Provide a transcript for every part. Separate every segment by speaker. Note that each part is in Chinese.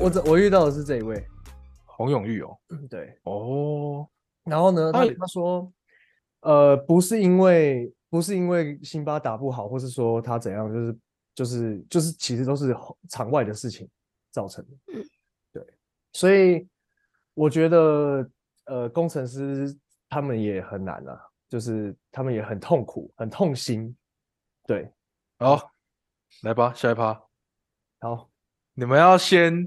Speaker 1: 我这我遇到的是这一位，嗯
Speaker 2: 洪永玉哦，
Speaker 1: 对，
Speaker 2: 哦，
Speaker 1: 然后呢，他
Speaker 2: 他也
Speaker 1: 他说，呃，不是因为不是因为辛巴打不好，或是说他怎样，就是就是就是，其实都是后场外的事情造成的
Speaker 3: 嗯。
Speaker 1: 对，所以我觉得，呃，工程师他们也很难啊，就是他们也很痛苦，很痛心。对，
Speaker 2: 好，来吧，下一趴，
Speaker 1: 好，
Speaker 2: 你们要先，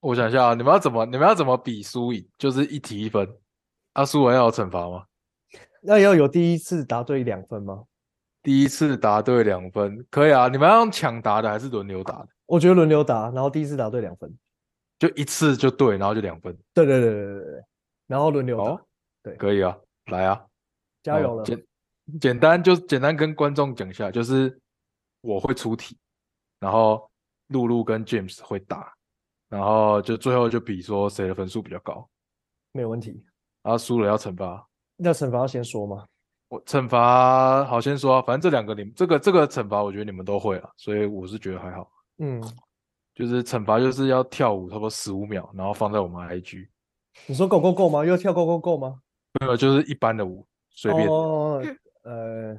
Speaker 2: 我想一下啊，你们要怎么，你们要怎么比输赢？就是一题一分。啊，输完要有惩罚吗？
Speaker 1: 那要有第一次答对两分吗？
Speaker 2: 第一次答对两分，可以啊。你们要用抢答的还是轮流答的？
Speaker 1: 我觉得轮流答，然后第一次答对两分。
Speaker 2: 就一次就对，然后就两分。
Speaker 1: 对对对对对对，然后轮流打，
Speaker 2: 哦，
Speaker 1: 对
Speaker 2: 可以啊，来啊，
Speaker 1: 加
Speaker 2: 嗯
Speaker 1: 油了。
Speaker 2: 简简单就简单跟观众讲一下，就是我会出题，然后露露跟 James 会打，然后就最后就比说谁的分数比较高，
Speaker 1: 没有问题。
Speaker 2: 然后输了要惩罚。
Speaker 1: 那惩罚要先说吗？
Speaker 2: 我惩罚好先说啊，反正这两个你们这个这个惩罚，我觉得你们都会啊，所以我是觉得还好。
Speaker 1: 嗯，
Speaker 2: 就是惩罚就是要跳舞，差不多十五秒，然后放在我们 IG，
Speaker 1: 你说 go go go 吗？又跳 go go go 吗？
Speaker 2: 没有就是一般的舞，随便、
Speaker 1: 哦，呃，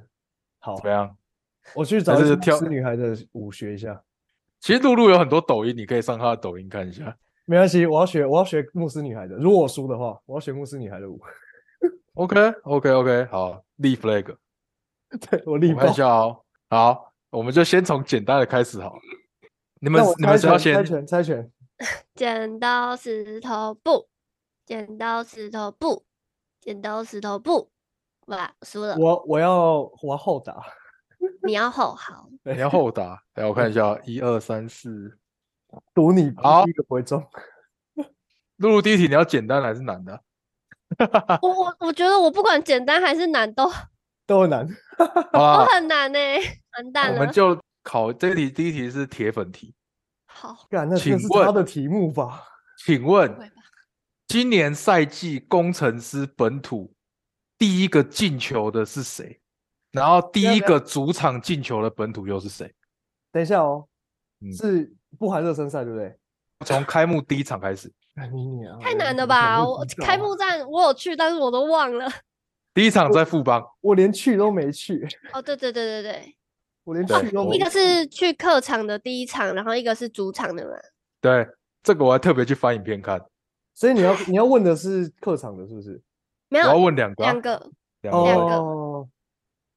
Speaker 1: 好
Speaker 2: 怎，么样。
Speaker 1: 我去找
Speaker 2: 还
Speaker 1: 一
Speaker 2: 是
Speaker 1: 些
Speaker 2: 跳
Speaker 1: 跳女孩的舞学一下。
Speaker 2: 其实露露有很多抖音，你可以上她的抖音看一下。
Speaker 1: 没关系，我要学，我要学牧师女孩的。如果我输的话，我要学牧师女孩的舞。
Speaker 2: OK OK OK，好，立 flag，
Speaker 1: 对我立
Speaker 2: 我看
Speaker 1: 爆
Speaker 2: 一。下哦。好，我们就先从简单的开始好了。你们
Speaker 1: 那我啊
Speaker 2: 你
Speaker 1: 猜
Speaker 2: 们是要
Speaker 1: 拳，
Speaker 2: 先
Speaker 1: 猜拳，猜拳。
Speaker 3: 剪刀石头布，剪刀石头布，剪刀石头布，哇，输了！
Speaker 1: 我我要我要后打。
Speaker 3: 你要吼好，
Speaker 2: 你要后打，来我看一下 哦，一二三四。
Speaker 1: 赌你
Speaker 2: 好
Speaker 1: 第一个不会中。
Speaker 2: 露露第一题你要简单的还是难的啊？
Speaker 1: 啊
Speaker 3: 我我我觉得我不管简单还是难都
Speaker 1: 都很难。
Speaker 2: 好
Speaker 3: 都
Speaker 2: 啦，
Speaker 3: 很难呢、 完蛋
Speaker 2: 我们
Speaker 3: 了。
Speaker 2: 就考这题，第一题是铁粉题。
Speaker 3: 好，
Speaker 1: 干，那
Speaker 2: 请
Speaker 1: 这是他
Speaker 2: 问
Speaker 1: 的题目吧？
Speaker 2: 请问
Speaker 3: 会吧？
Speaker 2: 今年赛季工程师本土第一个进球的是谁？然后第
Speaker 1: 要
Speaker 2: 一
Speaker 1: 不要
Speaker 2: 个主场进球的本土又是谁？
Speaker 1: 等一下哦
Speaker 2: 嗯，
Speaker 1: 是不含热身赛，对不对？
Speaker 2: 从开幕第一场开始，
Speaker 1: 干你娘
Speaker 3: 太
Speaker 1: 嘞
Speaker 3: 难
Speaker 1: 啊我怎
Speaker 3: 了
Speaker 1: 么
Speaker 3: 吧！
Speaker 1: 会
Speaker 3: 我
Speaker 1: 知道
Speaker 3: 开
Speaker 1: 啊
Speaker 3: 幕战我有去，但是我都 忘了。
Speaker 2: 第一场在富邦，
Speaker 1: 我连去都没去，
Speaker 3: 哦，对对对对
Speaker 1: 我连
Speaker 2: 对
Speaker 1: 去都
Speaker 2: 我
Speaker 3: 对，
Speaker 1: 没
Speaker 3: 一
Speaker 1: 去。
Speaker 3: 个是去客场的第一场，然后一个是主场的嘛。
Speaker 2: 对这个我还特别去翻影片看。
Speaker 1: 所以你要你要问的是客场的，是不是？
Speaker 3: 没
Speaker 2: 我要
Speaker 3: 有
Speaker 2: 问两个啊、
Speaker 3: 两个
Speaker 2: 两个
Speaker 3: 两
Speaker 2: 问
Speaker 3: 个
Speaker 2: 题
Speaker 1: 哦，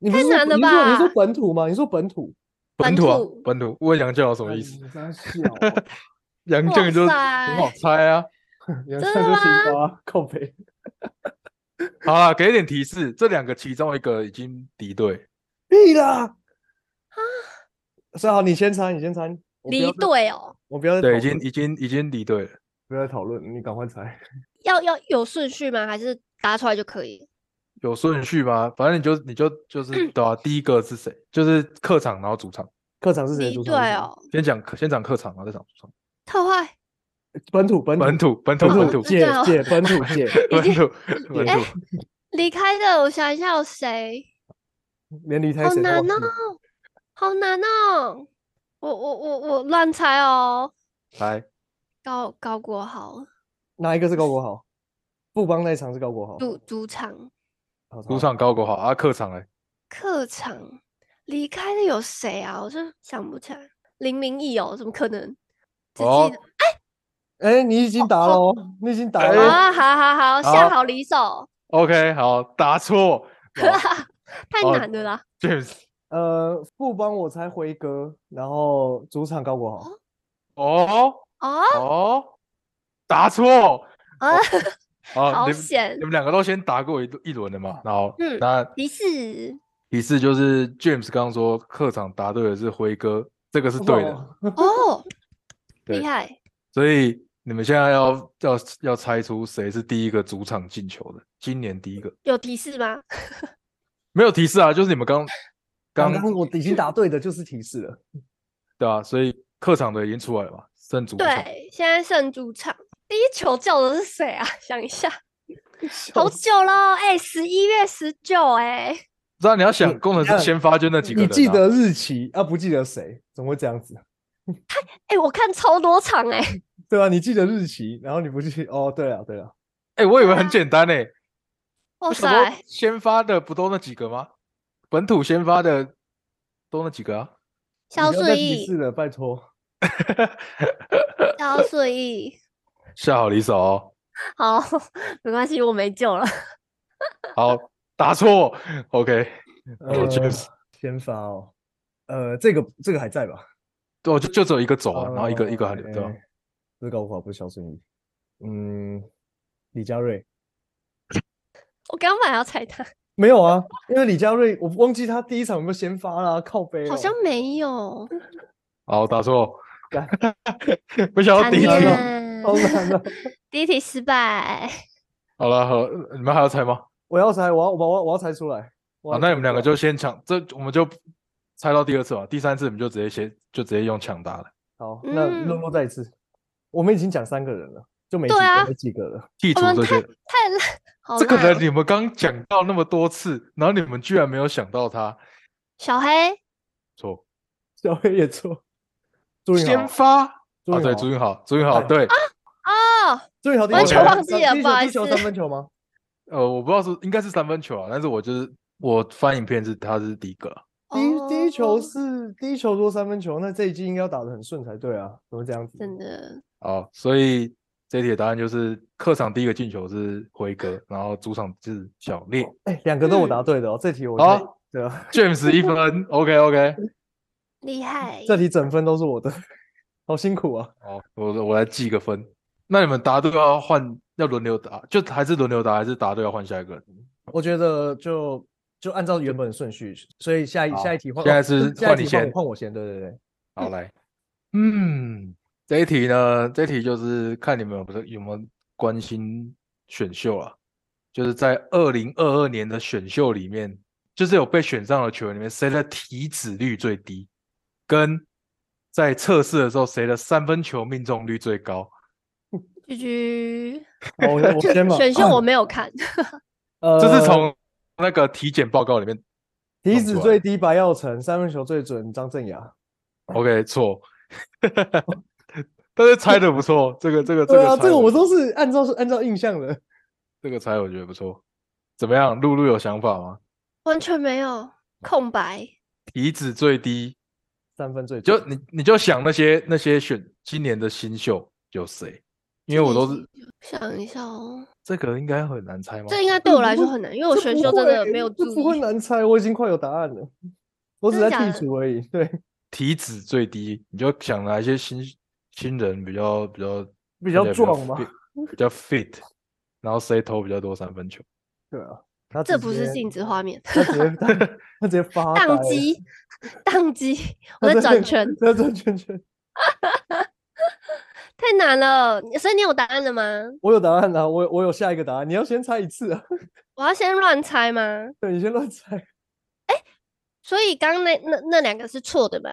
Speaker 1: 你不
Speaker 3: 太
Speaker 1: 是说
Speaker 3: 难了
Speaker 1: 你是说你
Speaker 3: 吧
Speaker 1: 说本土吗？你说本土
Speaker 2: 本
Speaker 3: 本
Speaker 2: 土啊
Speaker 3: 土，嗯
Speaker 2: 本土问杨绛有什么意思？？
Speaker 1: 干你妈笑 哦
Speaker 2: 杨绛就很好
Speaker 3: 哇
Speaker 2: 猜啊。
Speaker 1: 原
Speaker 3: 真
Speaker 1: 来
Speaker 3: 的
Speaker 1: 就行吧，啊靠背。
Speaker 2: 好啦，给一点提示，这两个其中一个已经敌对，
Speaker 1: 屁啦！啊，算好，你先猜，你先猜。我不要
Speaker 3: 离
Speaker 1: 再，
Speaker 3: 队哦，
Speaker 1: 我不要再
Speaker 2: 对，
Speaker 1: 讨
Speaker 2: 已经
Speaker 1: 论
Speaker 2: 已经已经敌对了。
Speaker 1: 不要再讨论了，你赶快猜。
Speaker 3: 要要有顺序吗？还是答出来就可以？
Speaker 2: 有顺序吗？反正你就你就
Speaker 3: 嗯
Speaker 2: 就是对啊，第一个是谁？就是客场，然后主场。
Speaker 1: 客场是谁？
Speaker 3: 离
Speaker 1: 主
Speaker 3: 队
Speaker 1: 场是谁，
Speaker 3: 哦，
Speaker 2: 先讲客先讲客场，然后再讲主场。
Speaker 3: 特坏。
Speaker 1: 本土本
Speaker 2: 本
Speaker 1: 土
Speaker 2: 土，本土，
Speaker 1: 本
Speaker 2: 本
Speaker 1: 土
Speaker 2: 土，
Speaker 3: 真
Speaker 1: 姐
Speaker 3: 的哦
Speaker 1: 姐本土 姐，
Speaker 2: 本
Speaker 3: 已经
Speaker 2: 土，本
Speaker 3: 哎
Speaker 2: 土。
Speaker 3: 离开的，我想一下有谁？
Speaker 1: 连离开
Speaker 3: 好
Speaker 1: 谁都
Speaker 3: 难
Speaker 1: 忘记
Speaker 3: 哦
Speaker 1: 了。，
Speaker 3: 好难哦！我我我我乱猜哦，
Speaker 2: 来，
Speaker 3: 高高国豪
Speaker 1: 哪一个是高国豪？富邦那一场是高国豪，
Speaker 3: 主主场
Speaker 1: 好
Speaker 2: 主场高国豪啊，客场哎，
Speaker 3: 客场离开的有谁啊？我真想不起来，林明义哦，怎么可能？只记
Speaker 2: 哦
Speaker 3: 得
Speaker 1: 哎，你已经答了哦，你已经答
Speaker 2: 哎
Speaker 1: 了哦。
Speaker 3: 啊，好好好，下
Speaker 2: 好
Speaker 3: 好离手，
Speaker 2: ，OK，好，答错
Speaker 3: 太
Speaker 2: 哦
Speaker 3: 难了啦。
Speaker 2: ，James。
Speaker 1: 呃，富邦我才辉哥，然后主场高国豪，
Speaker 2: 哦
Speaker 3: 哦
Speaker 2: 哦，答错。
Speaker 3: 啊，
Speaker 2: 哦，
Speaker 3: 好
Speaker 2: 你们
Speaker 3: 险
Speaker 2: 你！们两个都先答过一一轮了嘛？然后，
Speaker 3: 嗯
Speaker 2: 那
Speaker 3: 提示
Speaker 2: 提示就是 James 刚刚说客场答对的是辉哥，这个是对的，
Speaker 1: 哦。
Speaker 3: 哦，
Speaker 2: 对
Speaker 3: 厉害，
Speaker 2: 所以你们现在要要要猜出谁是第一个主场进球的，今年第一个
Speaker 3: 有提示吗？
Speaker 2: 没有提示啊，就是你们刚
Speaker 1: 刚
Speaker 2: 刚
Speaker 1: 刚我已经答对的就是提示 了。
Speaker 2: 对啊，所以客场的已经出来了嘛，剩主场。
Speaker 3: 对，现在胜主场，第一球叫的是谁啊？ 想一下， 好
Speaker 1: 笑
Speaker 3: 久了，哎、十一月十九，哎，
Speaker 2: 知道你要想
Speaker 1: 你
Speaker 2: 工程
Speaker 1: 你看
Speaker 2: 师先发就那几个
Speaker 1: 你
Speaker 2: 人、啊，
Speaker 1: 记得日期啊？不记得谁？怎么会这样子？
Speaker 3: 哎，我看超多场、哎，
Speaker 1: 对啊，你记得日期，然后你不记哦，对啊，对啊，
Speaker 2: 哎、我以为很简单哎、欸，
Speaker 3: 哇
Speaker 2: 我想说
Speaker 3: 塞，
Speaker 2: 先发的不都那几个吗？本土先发的都那几个啊？
Speaker 3: 肖
Speaker 1: 你不要再
Speaker 3: 顺
Speaker 1: 提示
Speaker 3: 义，
Speaker 1: 了，拜托。
Speaker 3: 肖顺义，
Speaker 2: 下好离手哦，
Speaker 3: 好，没关系，我没救了。
Speaker 2: 好，打错，OK，
Speaker 1: 呃，
Speaker 2: James
Speaker 1: 先发哦，呃，这个这个还在吧？
Speaker 2: 对，我就就只有一个走啊，然后一个一个还
Speaker 1: 哦
Speaker 2: 留对吧？
Speaker 1: 哎这个我不是肖顺义，嗯，李佳瑞
Speaker 3: 我刚本来要猜他，
Speaker 1: 没有啊，因为李佳瑞我忘记他第一场有没有先发啦，靠背哦
Speaker 3: 好像没有。
Speaker 2: 好，打错
Speaker 1: 干，
Speaker 2: 没想到
Speaker 3: 惨
Speaker 2: 第一
Speaker 1: 天
Speaker 2: 题
Speaker 1: 啊，
Speaker 3: 淡
Speaker 1: 好难哦。
Speaker 3: 第一题失败。
Speaker 2: 好了，好，你们还要猜吗？
Speaker 1: 我要猜，我要我我我要猜出来。我
Speaker 2: 好，
Speaker 1: 要
Speaker 2: 那
Speaker 1: 猜
Speaker 2: 你们两个
Speaker 1: 出来
Speaker 2: 就先抢，这我们就猜到第二次嘛，第三次你们就直接先就直接用抢答了，
Speaker 1: 好，那
Speaker 3: 嗯
Speaker 1: 轮落再一次。我们已经讲三个人了，就没几
Speaker 3: 对啊
Speaker 1: 个没几个了。
Speaker 2: 剔除
Speaker 3: 我们
Speaker 2: 这
Speaker 3: 太
Speaker 2: 些。
Speaker 3: 太烂，好
Speaker 2: 这个
Speaker 3: 烂
Speaker 2: 人
Speaker 3: 哦
Speaker 2: 你们刚讲到那么多次，然后你们居然没有想到他
Speaker 3: 小黑
Speaker 2: 错，
Speaker 1: 小黑也错，朱云
Speaker 2: 先
Speaker 1: 豪，
Speaker 2: 发啊，
Speaker 1: 朱云
Speaker 2: 对，
Speaker 1: 豪
Speaker 2: 朱云豪，朱云豪，
Speaker 1: 哎
Speaker 2: 对，
Speaker 3: 哦，
Speaker 1: 朱云豪第一
Speaker 2: 完
Speaker 1: 球
Speaker 2: 全
Speaker 3: 忘记了
Speaker 1: 第一
Speaker 3: 不
Speaker 1: 球
Speaker 3: 好
Speaker 1: 第
Speaker 3: 意
Speaker 1: 一球
Speaker 3: 思
Speaker 1: 三分球吗？
Speaker 2: 呃，我不知道是应该是三分球啊，但是我就是我翻影片是他是第一个啊，
Speaker 1: 第一第一球
Speaker 3: 哦
Speaker 1: 是第一球多三分球，那这一季应该要打得很顺才对啊，怎么这样子？
Speaker 3: 真的
Speaker 2: 好，所以这题的答案就是客场第一个进球是辉哥，然后主场是小烈
Speaker 1: 哎，两个都我答对的哦，这题我
Speaker 2: 好
Speaker 1: 猜对啊，
Speaker 2: ，James 一分，OK OK，嗯
Speaker 3: 厉害。
Speaker 1: 这题整分都是我的， 好辛苦啊。
Speaker 2: 好，我我来记个分。那你们答对要换，要轮流答，就还是轮流答，还是答对要换下一个人？
Speaker 1: 我觉得就就按照原本的顺序，所以下一
Speaker 2: 好
Speaker 1: 下一题换，
Speaker 2: 现在
Speaker 1: 哦
Speaker 2: 是
Speaker 1: 下
Speaker 2: 换
Speaker 1: 一
Speaker 2: 你
Speaker 1: 题换我
Speaker 2: 先
Speaker 1: 换我先，对对对，
Speaker 2: 好，来，嗯，这一题呢，这一题就是看你们有不是有没有关心选秀啊？就是在二零二二年的选秀里面，就是有被选上的球员里面，谁的体脂率最低，跟在测试的时候谁的三分球命中率最高？
Speaker 3: 居居
Speaker 1: 好，我我先吧。
Speaker 3: 选秀我没有看，
Speaker 1: 呃，
Speaker 2: 这是从那个体检报告里面
Speaker 1: 体
Speaker 2: 弄
Speaker 1: 脂
Speaker 2: 出来
Speaker 1: 最低白耀成，三分球最准张镇雅。
Speaker 2: OK，错， 但是猜的不错，这个这个
Speaker 1: 对啊，
Speaker 2: 猜
Speaker 1: 这
Speaker 2: 得
Speaker 1: 个
Speaker 2: 不
Speaker 1: 我都
Speaker 2: 错
Speaker 1: 是按照是按照印象的。
Speaker 2: 这个猜我觉得不错。怎么样，露露有想法吗？
Speaker 3: 完全没有空白。
Speaker 2: 体脂最低，
Speaker 1: 三分最
Speaker 2: 就
Speaker 1: 准
Speaker 2: 你你就想那些那些选今年的新秀有谁？因为我都是
Speaker 3: 想一下哦，
Speaker 2: 这个应该很难猜吗？
Speaker 3: 这应该
Speaker 1: 这
Speaker 3: 对我
Speaker 1: 哦嗯不
Speaker 3: 来说
Speaker 1: 会
Speaker 3: 很难，因为我
Speaker 1: 这
Speaker 3: 选
Speaker 1: 不
Speaker 3: 秀真的
Speaker 1: 会
Speaker 3: 没有
Speaker 1: 这
Speaker 3: 注
Speaker 1: 不会
Speaker 3: 意。
Speaker 1: 难猜，我已经快有答案了，我只
Speaker 3: 真
Speaker 1: 在
Speaker 3: 的假
Speaker 1: 剔
Speaker 3: 的
Speaker 1: 除而已。对，
Speaker 2: 体脂最低，你就想哪一些新新人比较比较
Speaker 1: 比较
Speaker 2: 看起来
Speaker 1: 壮吗
Speaker 2: fit- 比较 fit，然后谁投比较多三分球？
Speaker 1: 对啊，他
Speaker 3: 这
Speaker 1: 直
Speaker 3: 不是
Speaker 1: 接
Speaker 3: 静止画面，
Speaker 1: 他直接 他他直接发呆
Speaker 3: 宕
Speaker 1: 了，哦
Speaker 3: 机， 宕机，
Speaker 1: 他
Speaker 3: 我在转圈，
Speaker 1: 他在转圈圈。
Speaker 3: 太难了。所以你有答案了吗？
Speaker 1: 我有答案啊，我有我有下一个答案，你要先猜一次啊。
Speaker 3: 我要先乱猜吗？
Speaker 1: 对，你先乱猜。
Speaker 3: 所以刚刚那那那两个是错的吧？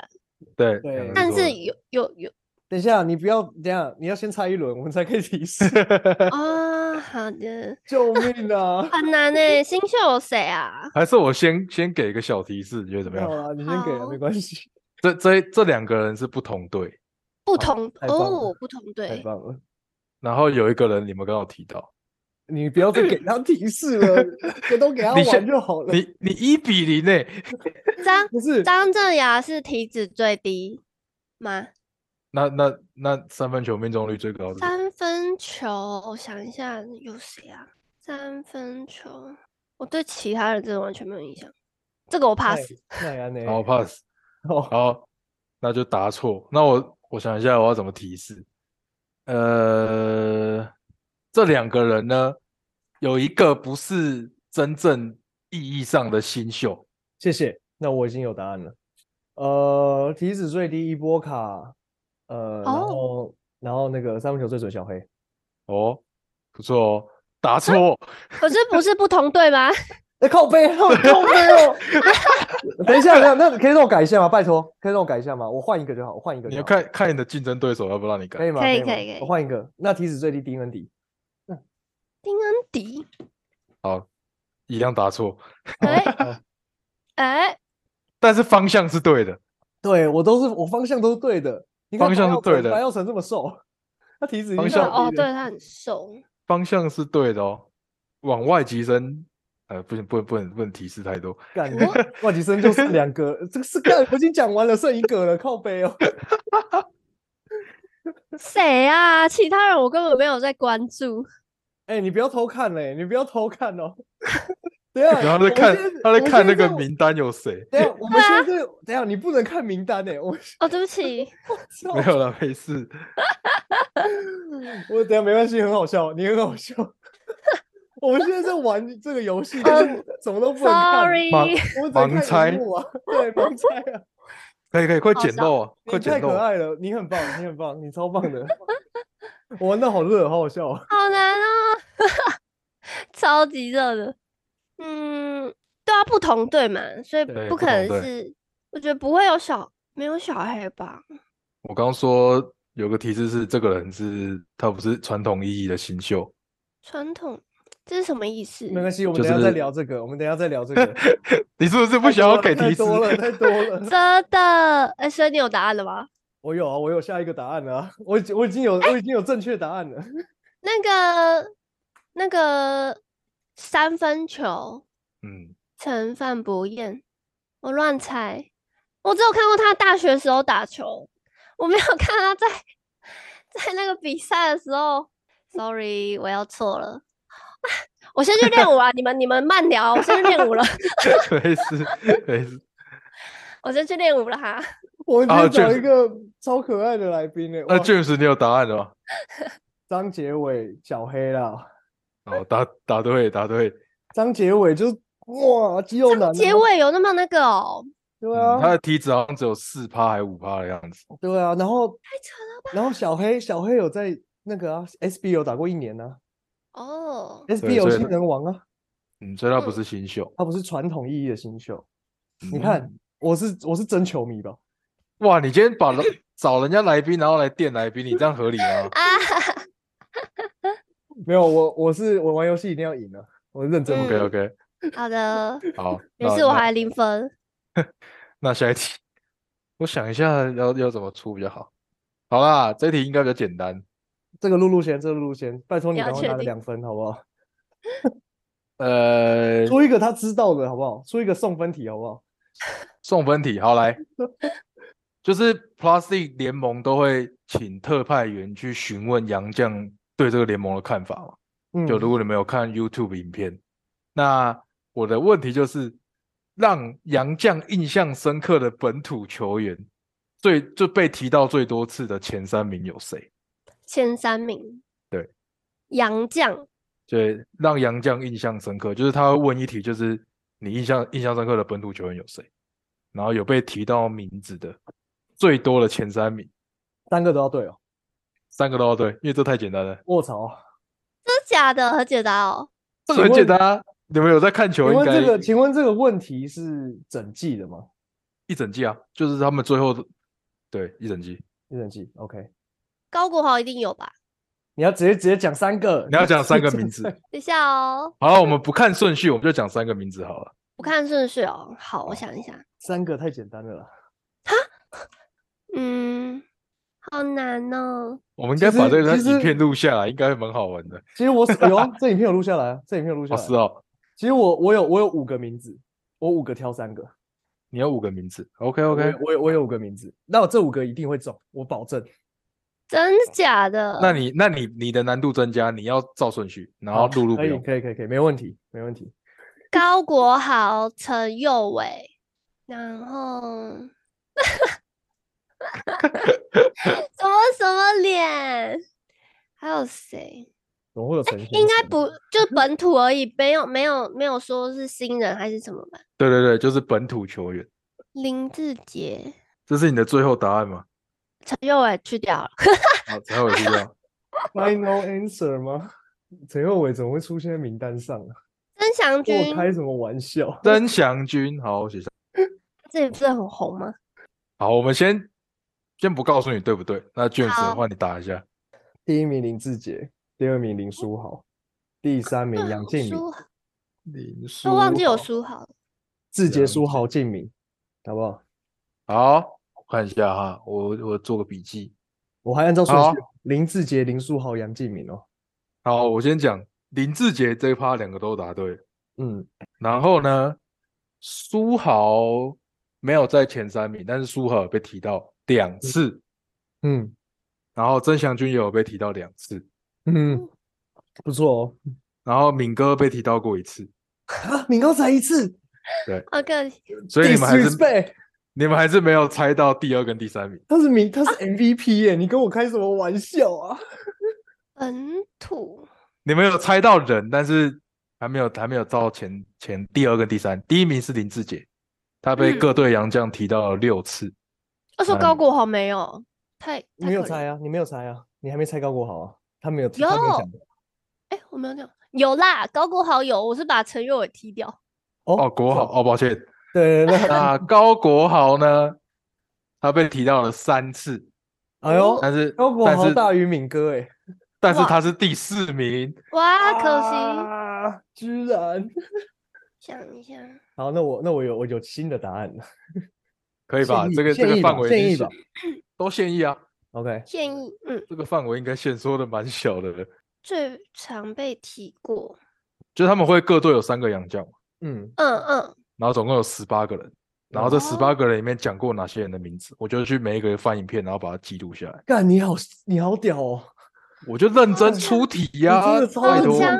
Speaker 2: 对，
Speaker 1: 对
Speaker 2: 两个
Speaker 3: 但
Speaker 2: 错的
Speaker 3: 是有有 有
Speaker 1: 等一下，你不要等一下，你要先猜一轮，我们才可以提示。
Speaker 3: 啊、好的，
Speaker 1: 救命 啊！
Speaker 3: 很难呢、新秀有谁啊？
Speaker 2: 还是我先先给一个小提示，你觉得怎么
Speaker 1: 没有
Speaker 2: 样？
Speaker 1: 啦，你先给啊，没
Speaker 3: 好
Speaker 1: 关系。
Speaker 2: 这这这两个人是不同队，
Speaker 3: 不同
Speaker 1: 太棒了
Speaker 3: 哦，不同
Speaker 1: 太
Speaker 3: 队。
Speaker 1: 棒了。
Speaker 2: 然后有一个人你们刚好提到，
Speaker 1: 你不要再给他提示了， 我都给他
Speaker 2: 你先
Speaker 1: 玩就好了。
Speaker 2: 你你一比零欸诶、
Speaker 3: 张
Speaker 1: 不是，
Speaker 3: 张镇雅是体脂最低吗？
Speaker 2: 那那那三分球命中率最高的是谁，
Speaker 3: 三分球，我想一下有谁啊？三分球，我对其他人真的完全没有印象，这个我 pass。
Speaker 1: 哎那安呢？
Speaker 2: 好 pass，
Speaker 1: 哦，
Speaker 2: 好，那就答错。那我我想一下我要怎么提示，呃，这两个人呢，有一个不是真正意义上的新秀，
Speaker 1: 谢谢。那我已经有答案了。呃，体脂最低一波卡，呃，然
Speaker 3: 哦
Speaker 1: 后然后那个三分球最准小黑，
Speaker 2: 哦，不错哦，答错。
Speaker 3: 可是不是不同队吗？
Speaker 1: 哎靠背，靠背 哦。等一下，等一下，那可以让我改一下吗？拜托，可以让我改一下吗？我换一个就好，我换一个
Speaker 2: 你
Speaker 1: 就
Speaker 2: 要
Speaker 1: 好。
Speaker 2: 看看你的竞争对手要不让你改
Speaker 1: 可以。吗？
Speaker 3: 可以
Speaker 1: 吗
Speaker 3: 可以可以
Speaker 1: 我换一个。那体脂最低低跟底，
Speaker 3: 丁恩迪，
Speaker 2: 一样答错，
Speaker 3: 哎
Speaker 1: 好
Speaker 3: 哎、
Speaker 2: 但是方向是对的。
Speaker 1: 对我都是我方向都是对的。你看
Speaker 2: 方向
Speaker 1: 白耀
Speaker 2: 是对
Speaker 1: 成
Speaker 2: 的
Speaker 1: 白耀成这么瘦，他体脂已
Speaker 2: 方
Speaker 1: 经
Speaker 2: 向
Speaker 1: 到
Speaker 3: 哦，
Speaker 1: 底
Speaker 3: 对
Speaker 1: 了，
Speaker 3: 他很瘦，
Speaker 2: 方向是对的哦，往外急升。呃，不行，不能不能不能提示太多。
Speaker 1: 干
Speaker 3: 我
Speaker 1: 外籍生就是两个，这个是干，我已经讲完了，剩一个了，靠背哦。
Speaker 3: 谁啊？其他人我根本没有在关注。
Speaker 1: 哎、你不要偷看嘞、你不要偷看哦。等一
Speaker 2: 然
Speaker 1: 下，
Speaker 2: 后他在看
Speaker 1: 我们现在
Speaker 2: 他在看那。
Speaker 1: 我们现
Speaker 2: 个
Speaker 1: 在
Speaker 2: 名单有谁？
Speaker 1: 等一下，我们现
Speaker 3: 啊
Speaker 1: 在是等一下，你不能看名单哎、我
Speaker 3: 哦，对不起，
Speaker 1: 操
Speaker 2: 没有了，没事。
Speaker 1: 我等一下没关系，很好笑，你很好笑。 我们现在在玩这个游戏，但是什么都不能看。
Speaker 3: Sorry，
Speaker 1: 我
Speaker 2: 忙
Speaker 1: 们只能
Speaker 2: 盲
Speaker 1: 看
Speaker 2: 猜
Speaker 1: 荧幕啊，对，盲猜啊，
Speaker 2: 可以可以，快
Speaker 3: 好
Speaker 2: 捡
Speaker 3: 笑
Speaker 2: 漏啊！
Speaker 1: 你
Speaker 2: 快
Speaker 1: 太
Speaker 2: 捡漏
Speaker 1: 可
Speaker 2: 啊！
Speaker 1: 爱了，你很棒，你很棒，你超棒的。 我玩到好热，好好笑哦。
Speaker 3: 好难哦， 超级热的。嗯，对啊，不同队嘛，所以
Speaker 2: 对不
Speaker 3: 不可
Speaker 2: 同
Speaker 3: 能
Speaker 2: 队
Speaker 3: 是，我觉得不会有小没有小黑吧？
Speaker 2: 我刚说有个提示是，这个人是他不是传统意义的新秀，
Speaker 3: 传统这是什么意思？
Speaker 1: 没关系，我们
Speaker 2: 就
Speaker 1: 等一下再
Speaker 2: 是
Speaker 1: 聊这个，我们等一下再聊这个。
Speaker 2: 你是不是
Speaker 1: 太
Speaker 2: 不想要
Speaker 1: 多了
Speaker 2: 给提
Speaker 1: 太
Speaker 2: 示？
Speaker 1: 多了，太多了。
Speaker 3: 真的，哎、所以你有答案了吗？
Speaker 1: 我有啊，我有下一个答案了啊，我已经我已经有我已经有正确答案
Speaker 2: 啊
Speaker 1: 了。
Speaker 3: 那个那个三分球，
Speaker 2: 嗯，
Speaker 3: 陈范博彦，我乱猜，我只有看过他大学时候打球，我没有看他在在那个比赛的时候。Sorry，我要错了， 我先去练舞啊！你们你们慢聊，我先去练舞了，
Speaker 2: 没事 没事。
Speaker 3: 我先去练舞了哈。
Speaker 1: 我们今
Speaker 2: 啊
Speaker 1: 天找
Speaker 2: 确
Speaker 1: 一
Speaker 2: 实
Speaker 1: 个超可爱的来宾呢，
Speaker 2: 那
Speaker 1: 哇，
Speaker 2: James，你有答案了吗？
Speaker 1: 张杰伟、小黑啦，
Speaker 2: 哦，答答对答对，
Speaker 1: 张杰伟就是哇肌肉男啊，
Speaker 3: 结尾有那么那个哦，
Speaker 1: 对
Speaker 2: 嗯他
Speaker 1: 啊
Speaker 2: 的体脂好像只有四趴还五趴的样子。
Speaker 1: 对啊，然后
Speaker 3: 太扯了吧？
Speaker 1: 然后小黑小黑有在那个啊 SB 有打过一年呢
Speaker 3: 哦，
Speaker 1: ，SB
Speaker 2: 对
Speaker 1: 有
Speaker 2: 所以
Speaker 1: 新
Speaker 2: 他
Speaker 1: 人王啊，
Speaker 2: 嗯，所以他不
Speaker 3: 嗯？
Speaker 2: 是新秀。
Speaker 1: 他不是传统意义的新秀，你
Speaker 2: 嗯
Speaker 1: 看，我是我是真球迷吧，
Speaker 2: 哇，你今天把人找人家来宾，然后来电来宾，你这样合理吗
Speaker 3: 啊，
Speaker 1: 没有我我是我玩游戏一定要赢啊，我认
Speaker 3: 嗯
Speaker 1: 真玩。
Speaker 2: OK OK，
Speaker 3: 好的，
Speaker 2: 好。
Speaker 3: 于
Speaker 2: 那
Speaker 3: 是我
Speaker 2: 那
Speaker 3: 还零分。
Speaker 2: 那下一题，我想一下要要怎么出比较好。好啦，这题应该比较简单。
Speaker 1: 这个露露先，这个露露先，拜托你
Speaker 3: 要
Speaker 1: 赶快
Speaker 3: 确
Speaker 1: 拿个
Speaker 3: 定
Speaker 1: 两分好不好？
Speaker 2: 呃，
Speaker 1: 出一个他知道的好不好？出一个送分题好不好？
Speaker 2: 送分题，好来，就是 Plastic 联盟都会请特派员去询问洋将对这个联盟的看法嘛。
Speaker 1: 嗯，
Speaker 2: 就如果你们有看 YouTube 影片，那我的问题就是，让洋将印象深刻的本土球员，最就被提到最多次的前三名有谁？
Speaker 3: 前三名。
Speaker 2: 对，
Speaker 3: 杨绛
Speaker 2: 对，让洋将印象深刻，就是他会问一题，就是你印象印象深刻的本土球员有谁，然后有被提到名字的最多的前三名，
Speaker 1: 三个都要对哦。
Speaker 2: 三个都要对，因为这太简单了，
Speaker 1: 卧槽，哦
Speaker 3: 真的假的？很简单哦。
Speaker 2: 这个
Speaker 1: 请
Speaker 2: 很简
Speaker 1: 问
Speaker 2: 单啊。你们有在看
Speaker 1: 请
Speaker 2: 球？应
Speaker 1: 问
Speaker 2: 该
Speaker 1: 这个，请问这个问题是整季的吗？
Speaker 2: 一整季啊，就是他们最后的对一整季，
Speaker 1: 一整季，OK。
Speaker 3: 高国豪一定有吧？
Speaker 1: 你要直接直接讲三个，
Speaker 2: 你要讲三个名
Speaker 1: 真
Speaker 2: 字
Speaker 1: 的。
Speaker 3: 等一下哦，
Speaker 2: 好了，我们不看顺序，我们就讲三个名字好了。
Speaker 3: 我看顺序哦。好，我想一下。
Speaker 1: 三个太简单了啦。
Speaker 3: 嗯，好难哦。
Speaker 2: 我们应
Speaker 1: 其
Speaker 2: 该把
Speaker 1: 实
Speaker 2: 这个
Speaker 1: 其
Speaker 2: 影片
Speaker 1: 实
Speaker 2: 录下来，应该会蛮好玩的。
Speaker 1: 其实我是有啊，这影片有录下来啊，这影片有录下
Speaker 2: 哦，
Speaker 1: 来。
Speaker 2: 是哦，
Speaker 1: 其实我我有我有五个名字，我五个挑三个。
Speaker 2: 你有五个名字，OK
Speaker 1: 我
Speaker 2: OK
Speaker 1: 有。我有我有五个名字，那我这五个一定会中，我保证。
Speaker 3: 真的假的？
Speaker 2: 那你那你你的难度增加，你要照顺序，然后
Speaker 1: 好
Speaker 2: 录入不
Speaker 1: 可以
Speaker 2: 用。
Speaker 1: 可以可以可以，没问题没问题。
Speaker 3: 高国豪、陈佑伟，然后什么什么脸，还有谁？
Speaker 1: 怎么会有陈先生？
Speaker 3: 哎应该 不就本土而已，没有没有没有说是新人还是什么吧？
Speaker 2: 对对对，就是本土球员，
Speaker 3: 林志杰、
Speaker 2: 这是你的最后答 案吗？
Speaker 3: 陈佑伟去掉了，
Speaker 2: 好，才有知道。
Speaker 1: Final answer 吗？陈佑伟怎么会出现在名单上啊？
Speaker 3: 曾祥
Speaker 1: 跟
Speaker 3: 军
Speaker 1: 我开什么玩笑？
Speaker 2: 曾祥军，好，我写下。
Speaker 3: 这里不是很红吗？
Speaker 2: 好，我们先先不告诉你对不对，那卷子
Speaker 3: 好
Speaker 2: 换你答一下。
Speaker 1: 第一名林志杰，第二名林书豪，第三名
Speaker 3: 对
Speaker 1: 杨敬敏，
Speaker 3: 哦书豪
Speaker 2: 林书
Speaker 3: 都忘记有
Speaker 2: 豪
Speaker 3: 书豪了，
Speaker 1: 志杰、
Speaker 2: 杨
Speaker 1: 书豪、敬敏，好不好？
Speaker 2: 好，我看一下哈，我我做个笔记。
Speaker 1: 我还按照顺
Speaker 2: 好
Speaker 1: 序哦，林志杰、林书豪、杨敬敏哦。
Speaker 2: 好，我先讲林志杰这一趴，两个都答对。
Speaker 1: 嗯，
Speaker 2: 然后呢，苏豪没有在前三名，但是苏豪有被提到两次，
Speaker 1: 嗯
Speaker 2: 然后曾祥军也有被提到两次，
Speaker 1: 嗯，不错哦。
Speaker 2: 然后敏哥被提到过一次，
Speaker 1: 啊，敏高才一次，
Speaker 3: 好可惜，
Speaker 2: 所以你们还是
Speaker 1: Disrespect
Speaker 2: 你们还是没有猜到第二跟第三名。
Speaker 1: 他是明，他是 MVP 耶、你跟我开什么玩笑啊？
Speaker 3: 本土
Speaker 2: 你们有猜到人，但是还没有还没有到前前第二跟第三，第一名是林志杰，他被
Speaker 3: 嗯
Speaker 2: 各队洋将提到了六次，
Speaker 3: 要哦说
Speaker 2: 那
Speaker 3: 高国豪没有，太
Speaker 1: 你
Speaker 3: 太
Speaker 1: 没有
Speaker 3: 可怜
Speaker 1: 猜啊，你没有猜啊，你还没猜高国豪啊？他没有，他
Speaker 3: 有
Speaker 1: 没有讲
Speaker 3: 哎、我没有讲，有啦，高国豪有，我是把陈佑伟踢掉。
Speaker 2: 哦，国豪，哦，抱歉，
Speaker 1: 对， 那
Speaker 2: 那高国豪呢？他被提到了三次，
Speaker 1: 哎呦，
Speaker 3: 哦
Speaker 2: 但是
Speaker 1: 高国
Speaker 2: 但
Speaker 1: 豪
Speaker 2: 是
Speaker 1: 大于敏哥哎、
Speaker 2: 但是
Speaker 3: 哇
Speaker 2: 他是第四名，
Speaker 3: 哇，啊可
Speaker 1: 惜，
Speaker 3: 惜，
Speaker 1: 居然。
Speaker 3: 想一下，
Speaker 1: 好，那我那我有我有新的答案了。
Speaker 2: 可以吧？
Speaker 1: 现役
Speaker 2: 这个这
Speaker 1: 现
Speaker 2: 个
Speaker 1: 役吧
Speaker 2: 范围
Speaker 1: 现
Speaker 2: 已
Speaker 1: 役
Speaker 2: 经
Speaker 1: 吧
Speaker 2: 都现役啊，
Speaker 1: OK，
Speaker 3: 建议，嗯，
Speaker 2: 这个范围应该限缩的蛮小的了，
Speaker 3: 最常被提过，
Speaker 2: 就他们会各队有三个洋将嘛，
Speaker 1: 嗯，
Speaker 3: 嗯嗯，
Speaker 2: 然后总共有十八个人，然后这十
Speaker 1: 哦
Speaker 2: 八个人里面讲过哪些人的名字，我就去每一个翻影片，然后把它记录下来，
Speaker 1: 干你好你好屌哦，
Speaker 2: 我就认真
Speaker 3: 哦
Speaker 2: 出题
Speaker 1: 你
Speaker 2: 呀、
Speaker 1: 真的超啊
Speaker 2: 拜
Speaker 1: 认
Speaker 2: 托，
Speaker 1: 真
Speaker 3: 强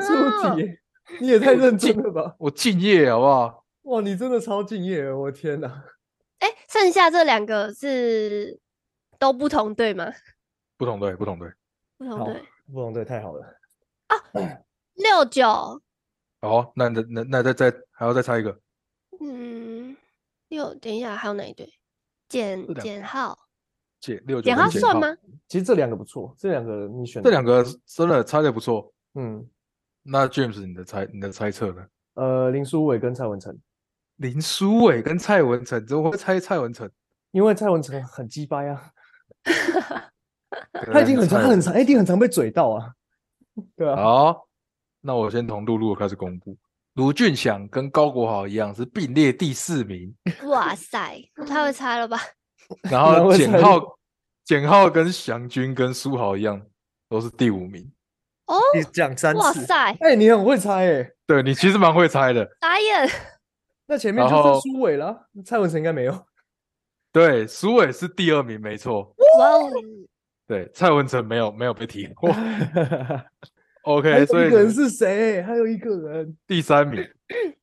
Speaker 1: 出题，你也太认真了 吧！
Speaker 2: 我敬业好不好？
Speaker 1: 哇，你真的超敬业了，我的天哪！
Speaker 3: 哎、剩下这两个是都不同队吗？
Speaker 2: 不同队，不同队，
Speaker 3: 不同
Speaker 1: 好
Speaker 3: 队，
Speaker 1: 不同队太好了，
Speaker 3: 六九，
Speaker 2: 好，那那那那再再还要再猜一个，
Speaker 3: 嗯，六，等一下，还有哪一队？简
Speaker 2: 两个
Speaker 3: 简浩，
Speaker 2: 简六九
Speaker 3: 简
Speaker 2: 跟
Speaker 3: 浩
Speaker 2: 简
Speaker 3: 算
Speaker 2: 浩
Speaker 3: 吗？
Speaker 1: 其实这两个不错，这两个你选
Speaker 2: 这
Speaker 1: 的
Speaker 2: 两个真的猜的不错。
Speaker 1: 嗯，
Speaker 2: 那 James，你的猜你的猜测呢？
Speaker 1: 呃，林书伟跟蔡文成，
Speaker 2: 林书伟跟蔡文成，怎么会猜蔡文成？
Speaker 1: 因为蔡文成很鸡掰啊，呃
Speaker 2: 可
Speaker 1: 他已经
Speaker 2: 能
Speaker 1: 很
Speaker 2: 蔡
Speaker 1: 常、他
Speaker 2: 文
Speaker 1: 很常、他一定很常被嘴到 啊。对啊，
Speaker 2: 好，那我先从陆陆开始公布。卢俊祥跟高国豪一样是并列第四名，
Speaker 3: 哇塞，我太会猜了吧？
Speaker 2: 然
Speaker 1: 难
Speaker 2: 后
Speaker 1: 怪
Speaker 2: 简
Speaker 1: 蔡文
Speaker 2: 浩、简浩跟祥军跟苏豪一样都是第五名。
Speaker 3: 哦，
Speaker 1: 你讲三
Speaker 3: 哇塞，
Speaker 1: 哎、你很会猜哎、
Speaker 2: 对你其实蛮会猜的，
Speaker 3: 打眼，
Speaker 1: 那前面就
Speaker 2: 然后
Speaker 1: 是苏伟啦，蔡文成应该没有。
Speaker 2: 对，苏伟是第二名，没错。
Speaker 3: 哇哦，
Speaker 2: 对，蔡文成没有没有被提 过。
Speaker 1: 还
Speaker 2: OK，
Speaker 1: 有
Speaker 2: 所
Speaker 1: 一
Speaker 2: 以你
Speaker 1: 个人
Speaker 2: 们
Speaker 1: 是谁？还有一个人，
Speaker 2: 第三名，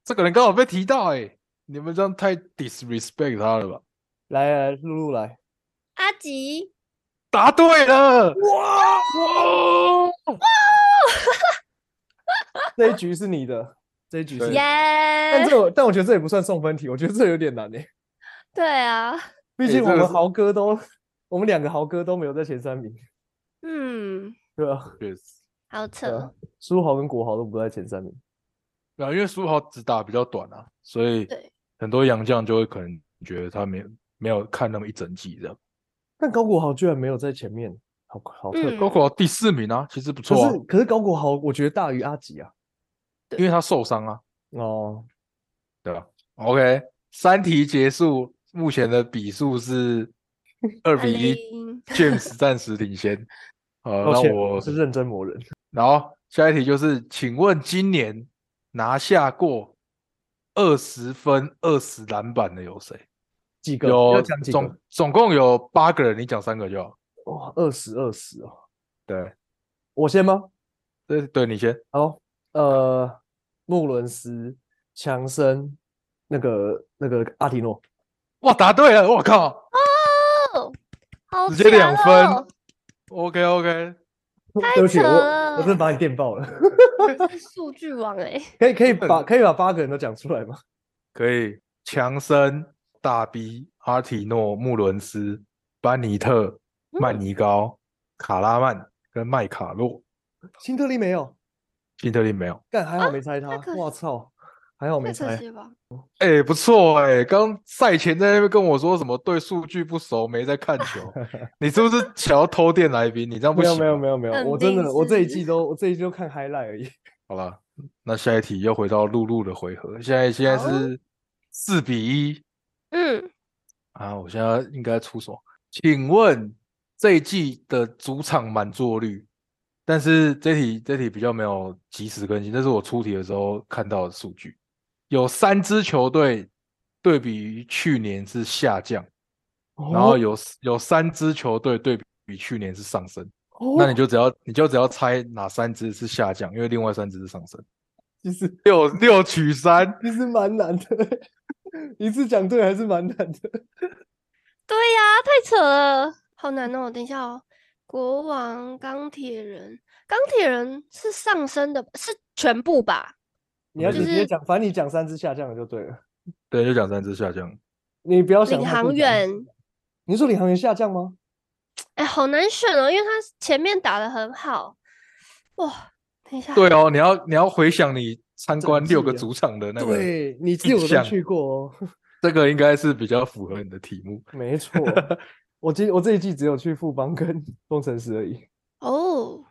Speaker 2: 这个人刚好被提到哎、你们这样太 disrespect 他了吧？
Speaker 1: 来来，露露来，
Speaker 3: 阿吉，
Speaker 2: 答对了！哇哇！
Speaker 1: 这一局是你的，这一局是
Speaker 2: 对
Speaker 1: 你
Speaker 3: 耶
Speaker 1: 的。！但 这我但我觉得这也不算送分题，我觉得这有点难诶，欸
Speaker 3: 对啊，
Speaker 1: 毕
Speaker 2: 哎
Speaker 1: 竟
Speaker 2: 这
Speaker 1: 我
Speaker 2: 个
Speaker 1: 们
Speaker 2: 是
Speaker 1: 豪哥都，我们两个豪哥都没有在前三名，
Speaker 3: 嗯，
Speaker 1: 对吧？
Speaker 2: 确实，
Speaker 1: 对啊
Speaker 3: 好扯，哦
Speaker 1: 苏豪跟国豪都不在前三名。
Speaker 2: 然啊后因为苏豪只打比较短啊，所以
Speaker 3: 对
Speaker 2: 很多洋将就会可能觉得他没有没有看那么一整季这样。
Speaker 1: 但高国豪居然没有在前面，好好特别。
Speaker 2: 包
Speaker 3: 嗯
Speaker 2: 括第四名啊，其实不
Speaker 1: 可
Speaker 2: 错啊
Speaker 1: 是，可是高国豪，我觉得大于阿吉啊。
Speaker 2: 因为他受伤啊，
Speaker 1: 哦，
Speaker 2: 对吧？OK，三题结束，目前的比数是二比一
Speaker 3: 零
Speaker 2: ，James 暂时领先。好，
Speaker 1: 抱
Speaker 2: 呃那
Speaker 1: 歉，
Speaker 2: 我
Speaker 1: 是认真磨人。
Speaker 2: 然后下一题就是，请问今年拿下过二十分、二十篮板的有谁？
Speaker 1: 几个？要
Speaker 2: 有
Speaker 1: 讲几
Speaker 2: 总
Speaker 1: 个？
Speaker 2: 总共有八个人，你讲三个就好。
Speaker 1: 哇，二十二十哦。
Speaker 2: 对，
Speaker 1: 我先吗？
Speaker 2: 对对，你先。
Speaker 1: 好，呃，穆伦斯、强森，那个那个阿提诺，
Speaker 2: 哇，答对了！我靠，
Speaker 3: 哦，好
Speaker 2: 直接两
Speaker 3: 强
Speaker 2: 分
Speaker 3: 哦。
Speaker 2: OK OK，
Speaker 1: 对不起，
Speaker 3: 扯
Speaker 1: 我我真的
Speaker 3: 了
Speaker 1: 把你电爆了。
Speaker 3: 是数据王哎、
Speaker 1: 可以可以把可以把八个人都讲出来吗？
Speaker 2: 可以。强森、大 B、阿提诺、穆伦斯、班尼特、曼尼高、卡拉曼跟麦卡洛。
Speaker 1: 辛特利没有，
Speaker 2: 辛特利没有。
Speaker 1: 但还好没猜他
Speaker 3: 啊可。
Speaker 1: 我操，还好没
Speaker 3: 太可
Speaker 1: 猜。
Speaker 3: 惜了吧？
Speaker 2: 哎、不错哎、刚赛前在那边跟我说什么对数据不熟，没在看球， 你是不是想要偷电来宾？你这样不
Speaker 1: 没有
Speaker 2: 行。
Speaker 1: 没有没有没有，
Speaker 3: 肯
Speaker 1: 我真
Speaker 3: 定
Speaker 1: 的我这一
Speaker 3: 是
Speaker 1: 季都我这一季都看 highlight 而已。
Speaker 2: 好了，那下一题又回到露露的回合，现在现在
Speaker 3: 好
Speaker 2: 是四比一
Speaker 3: 嗯，
Speaker 2: 啊！我现在应该出手，请问这一季的主场满座率，但是这题这题比较没有及时更新，这是我出题的时候看到的数据，有三支球队对比于去年是下降，哦然后有有三支球队对比去年是上升，
Speaker 1: 哦，
Speaker 2: 那你就只要你就只要猜哪三支是下降，因为另外三支是上升，
Speaker 1: 其实
Speaker 2: 六六取三，
Speaker 1: 其实蛮难的， 一次讲对还是蛮难的。
Speaker 3: 对呀、太扯了，好难哦！等一下哦，国王、钢铁人、钢铁人是上升的，是全部吧？
Speaker 1: 你要
Speaker 2: 就
Speaker 1: 直接
Speaker 3: 是
Speaker 1: 讲，反正你讲三只下降的就对了，
Speaker 2: 对，就讲三支下降，
Speaker 1: 你不要想
Speaker 3: 领
Speaker 1: 太复
Speaker 3: 航
Speaker 1: 杂。
Speaker 3: 员，
Speaker 1: 你说领航员下降吗？
Speaker 3: 哎，好难选哦，因为他前面打的很好。哇，等一下，
Speaker 2: 对哦，你要你要回想你参
Speaker 1: 整
Speaker 2: 观六个
Speaker 1: 季啊
Speaker 2: 主场的那个，
Speaker 1: 对，你自己我都
Speaker 2: 向
Speaker 1: 去过哦，
Speaker 2: 这个应该是比较符合你的题目。
Speaker 1: 没 错。我今我这一季只有去富邦跟工程师而已。
Speaker 3: 哦，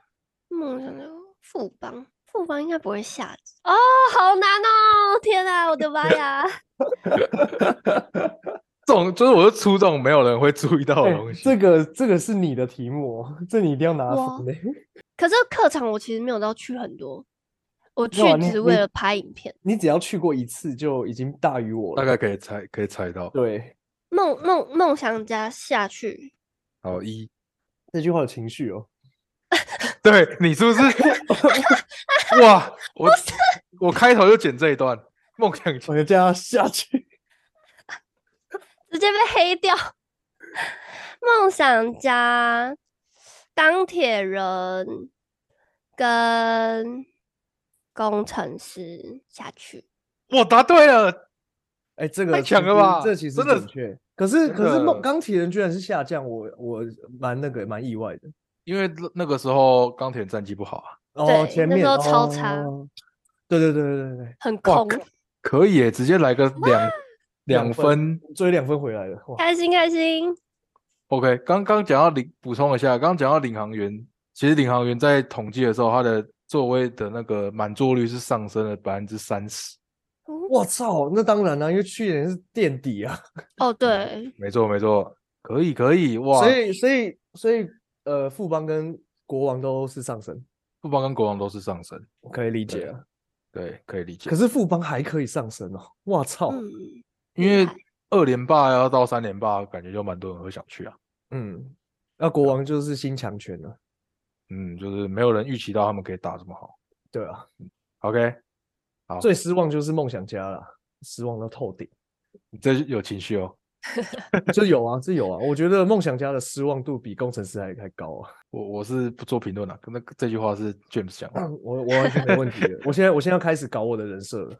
Speaker 3: 梦想的富邦，富邦应该不会下哦，好难哦！天啊，我的妈呀！
Speaker 2: 这种就是我就出这种没有人会注意到的
Speaker 1: 哎
Speaker 2: 东西。
Speaker 1: 这个这个是你的题目哦，这你一定要拿
Speaker 3: 哇
Speaker 1: 分 嘞。
Speaker 3: 可是客场我其实没有到去很多，我去
Speaker 1: 哇你
Speaker 3: 只是为
Speaker 1: 你
Speaker 3: 了拍影片。
Speaker 1: 你只要去过一次就已经大于我了。
Speaker 2: 大概可以猜，可以猜到。
Speaker 1: 对
Speaker 3: 梦梦梦想家下去，
Speaker 2: 好一，
Speaker 1: 这句话有情绪哦。
Speaker 2: 对你是不 是？哇，我我开头就剪这一段，梦想家
Speaker 1: 我就这样下去。
Speaker 3: 直接被黑掉。 梦想家、钢铁人跟工程师下去，
Speaker 2: 我答对了，
Speaker 1: 哎，这个
Speaker 2: 太强
Speaker 1: 其
Speaker 2: 了
Speaker 1: 实
Speaker 2: 吧
Speaker 1: 这其实
Speaker 2: 真的
Speaker 1: 准确。可是
Speaker 2: 真
Speaker 1: 可是梦
Speaker 2: 的
Speaker 1: 钢铁人居然是下降，我我蛮那个蛮意外的。
Speaker 2: 因为那那个时候钢铁战绩不好啊。
Speaker 1: 哦，
Speaker 3: 对
Speaker 1: 前
Speaker 3: 那
Speaker 1: 面
Speaker 3: 时候超差
Speaker 1: 哦对对对对对对
Speaker 3: 很
Speaker 2: 哇
Speaker 3: 空，
Speaker 2: 可以耶，直接来个两
Speaker 1: 两
Speaker 2: 两
Speaker 1: 分
Speaker 2: 分。
Speaker 1: 追两分回来了，哇，
Speaker 3: 开心开心。
Speaker 2: OK，刚刚讲到领，补充一下，刚刚讲到领航员，其实领航员在统计的时候，他的座位的那个满座率是上升了百分之三十。
Speaker 3: 哦
Speaker 1: 我操，那当然啦、因为去年是垫底啊，
Speaker 3: 哦，对，
Speaker 2: 没错，没错，可以，可以，哇！
Speaker 1: 所以所以所以呃，富邦跟国王都是上升，
Speaker 2: 富邦跟国王都是上升，
Speaker 1: 我可以理解
Speaker 2: 对
Speaker 1: 啊。
Speaker 2: 对，可以理解。
Speaker 1: 可是富邦还可以上升哦，哇操，
Speaker 3: 嗯，
Speaker 2: 因为
Speaker 3: 害
Speaker 2: 二连霸要到三连霸，感觉就蛮多人会想去啊。
Speaker 1: 嗯，那国王就是新强权了，
Speaker 2: 嗯，就是没有人预期到他们可以打这么好。
Speaker 1: 对啊，
Speaker 2: OK，好
Speaker 1: 最失望就是梦想家啦，失望到透顶。
Speaker 2: 你这有情绪哦。
Speaker 1: 这有啊，这有啊。我觉得梦想家的失望度比工程师还还高啊。
Speaker 2: 我我是不做评论了，那这句话是 James 讲的。
Speaker 1: 我我完全没问题的。我现在我现在要开始搞我的人设了。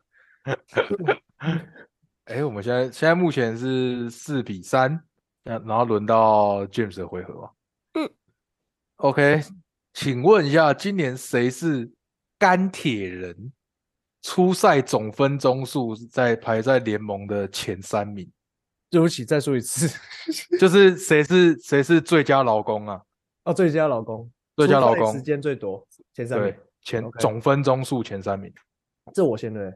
Speaker 2: 哎，我们现在现在目前是四比三，那然后轮到 James 的回合啊。
Speaker 3: 嗯
Speaker 2: ，OK，请问一下，今年谁是钢铁人初赛总分中数是在排在联盟的前三名？
Speaker 1: 对不起，再说一次。
Speaker 2: 就是谁是谁是最佳劳工啊？
Speaker 1: 哦，最佳老公，
Speaker 2: 最佳
Speaker 1: 出
Speaker 2: 老
Speaker 1: 赛
Speaker 2: 公
Speaker 1: 时间最多，前三名
Speaker 2: 对。，前
Speaker 1: OK
Speaker 2: 总分中数前三名。
Speaker 1: 这我先对。